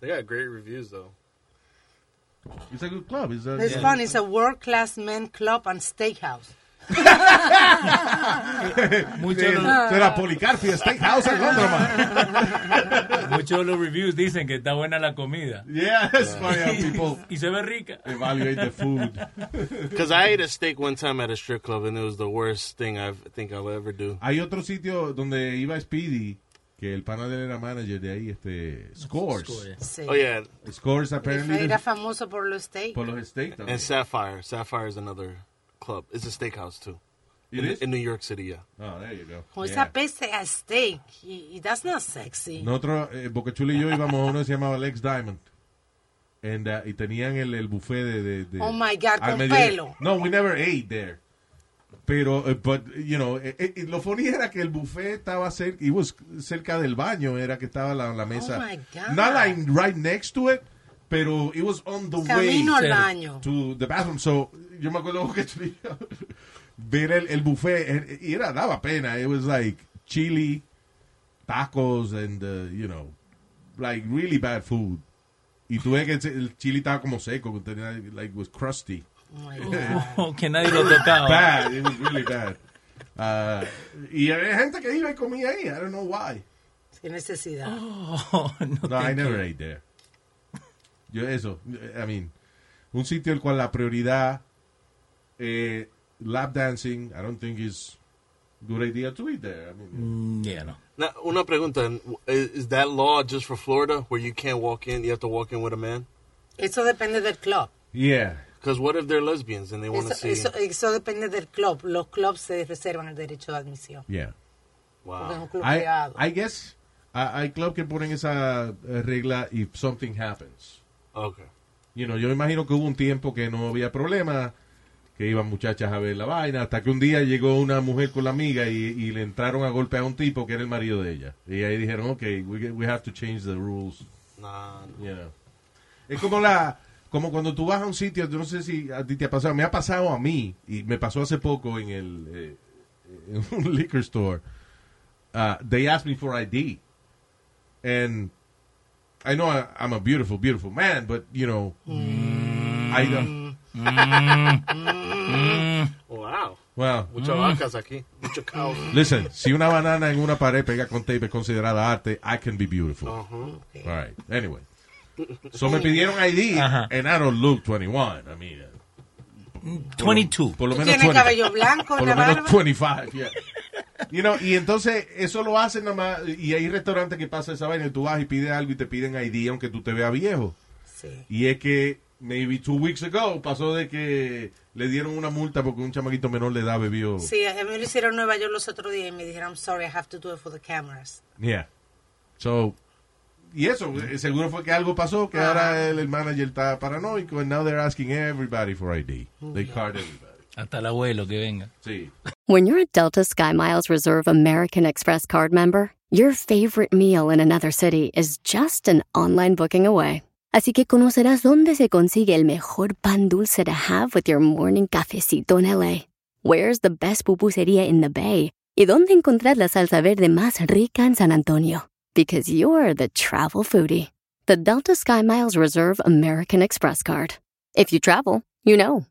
They got great reviews though. It's a good club. It's a, It's fun. It's a world class men club and steakhouse. Muchos de, los- Será Policarpio Steakhouse en Gondraman. muchos de los reviews dicen que está buena la comida. Yeah, it's funny how people Y se ve rica. evaluate the food. Because I ate a steak one time at a strip club and it was the worst thing I think I'll ever do. Hay otro sitio donde iba Speedy, que el pana de él era manager de ahí, este, Scores. Sí. Oh yeah, Scores apparently Era famoso por los steaks. por los steaks también. and Sapphire. Sapphire is another club. It's a steakhouse too. It in, is? in New York City. Yeah. Oh, there you go. O Yeah. esa peste a steak. Y, y that's not sexy. Nosotros, eh, Bocachulo y yo íbamos a uno que se llamaba Lex Diamond. And, uh, y tenían el, el buffet de, de- de- Oh, my God, al con mediodía. pelo. No, we never ate there. Pero, eh, but, you know, eh, eh, lo funny era que el buffet estaba cerca, it was cerca del baño, era que estaba la, la mesa. Oh my God. Not like right next to it, pero it was on the Camino way al baño. to the bathroom. So, yo me acuerdo que yo- ver el, el buffet, eh, y era, daba pena. It was like chili, tacos, and, uh, you know, like really bad food. Y tuve que el chili estaba como seco, tenía, like was crusty. Oh my God. que nadie lo tocaba. Bad, it was really bad. Ah, y había gente que iba y comía ahí, I don't know why. Qué necesidad. Oh, no, No, I thank never you. ate there. Yo eso, I mean, un sitio el cual la prioridad eh, lap dancing, I don't think is good idea to eat there. I mean, Mm, yeah, no. Now, una pregunta: is, is that law just for Florida, where you can't walk in? You have to walk in with a man? Eso depende del club. yeah. Because what if they're lesbians and they want to Eso, see? eso, eso depende del club. Los clubs se reservan el derecho de admisión. Yeah. Porque es un club I, creado. I guess ah, hay club que ponen esa eh, regla if something happens. Okay. You know, yo imagino que hubo un tiempo que no había problema, que iban muchachas a ver la vaina, hasta que un día llegó una mujer con la amiga y, y le entraron a golpe a un tipo que era el marido de ella. Y ahí dijeron, ok, we, we have to change the rules. Nah, no. Yeah. Es como la como cuando tú vas a un sitio, yo no sé si a ti te ha pasado, me ha pasado a mí y me pasó hace poco en el eh, en un liquor store. Uh, they asked me for ID. And I know I, I'm a beautiful beautiful man, but you know I don't Wow. Wow. Muchas vacas aquí. Mucho caos. Listen, si una banana en una pared pega con tape es considerada arte, I can be beautiful. Ujú. All right. Anyway. So me pidieron ID and I don't look 21. I mean, uh, 22. Por lo Tú menos tienes 20. cabello blanco, Por una lo menos barba. 25, yeah. You know, y entonces eso lo hacen nada más y hay restaurantes que pasa esa vaina y tú vas y pides algo y te piden ID aunque tú te veas viejo. Sí. Y es que maybe two weeks ago pasó de que le dieron una multa porque un chamaquito menor de edad bebió. Sí, a mí lo hicieron en Nueva York los otros días y me dijeron, I'm sorry, I have to do it for the cameras. Yeah. So, y eso, eh, seguro fue que algo pasó, Ah. que ahora el, el manager está paranoico, and now they're asking everybody for ID. Mm. They card everybody. Hasta el abuelo que venga. Sí. When you're a Delta SkyMiles Reserve American Express card member, your favorite meal in another city is just an online booking away. Así que conocerás dónde se consigue el mejor pan dulce to have with your morning cafecito en LA. Where's the best pupusería in the Bay? Y dónde encontrar la salsa verde más rica en San Antonio? Because you're the travel foodie. The Delta SkyMiles Reserve American Express card. If you travel, you know.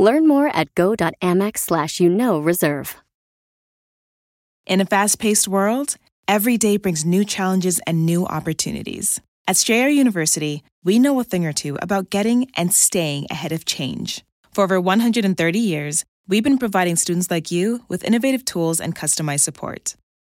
Learn more at go.amex slash you know reserve. In a fast paced world, every day brings new challenges and new opportunities. At Strayer University, we know a thing or two about getting and staying ahead of change. For over 130 years, we've been providing students like you with innovative tools and customized support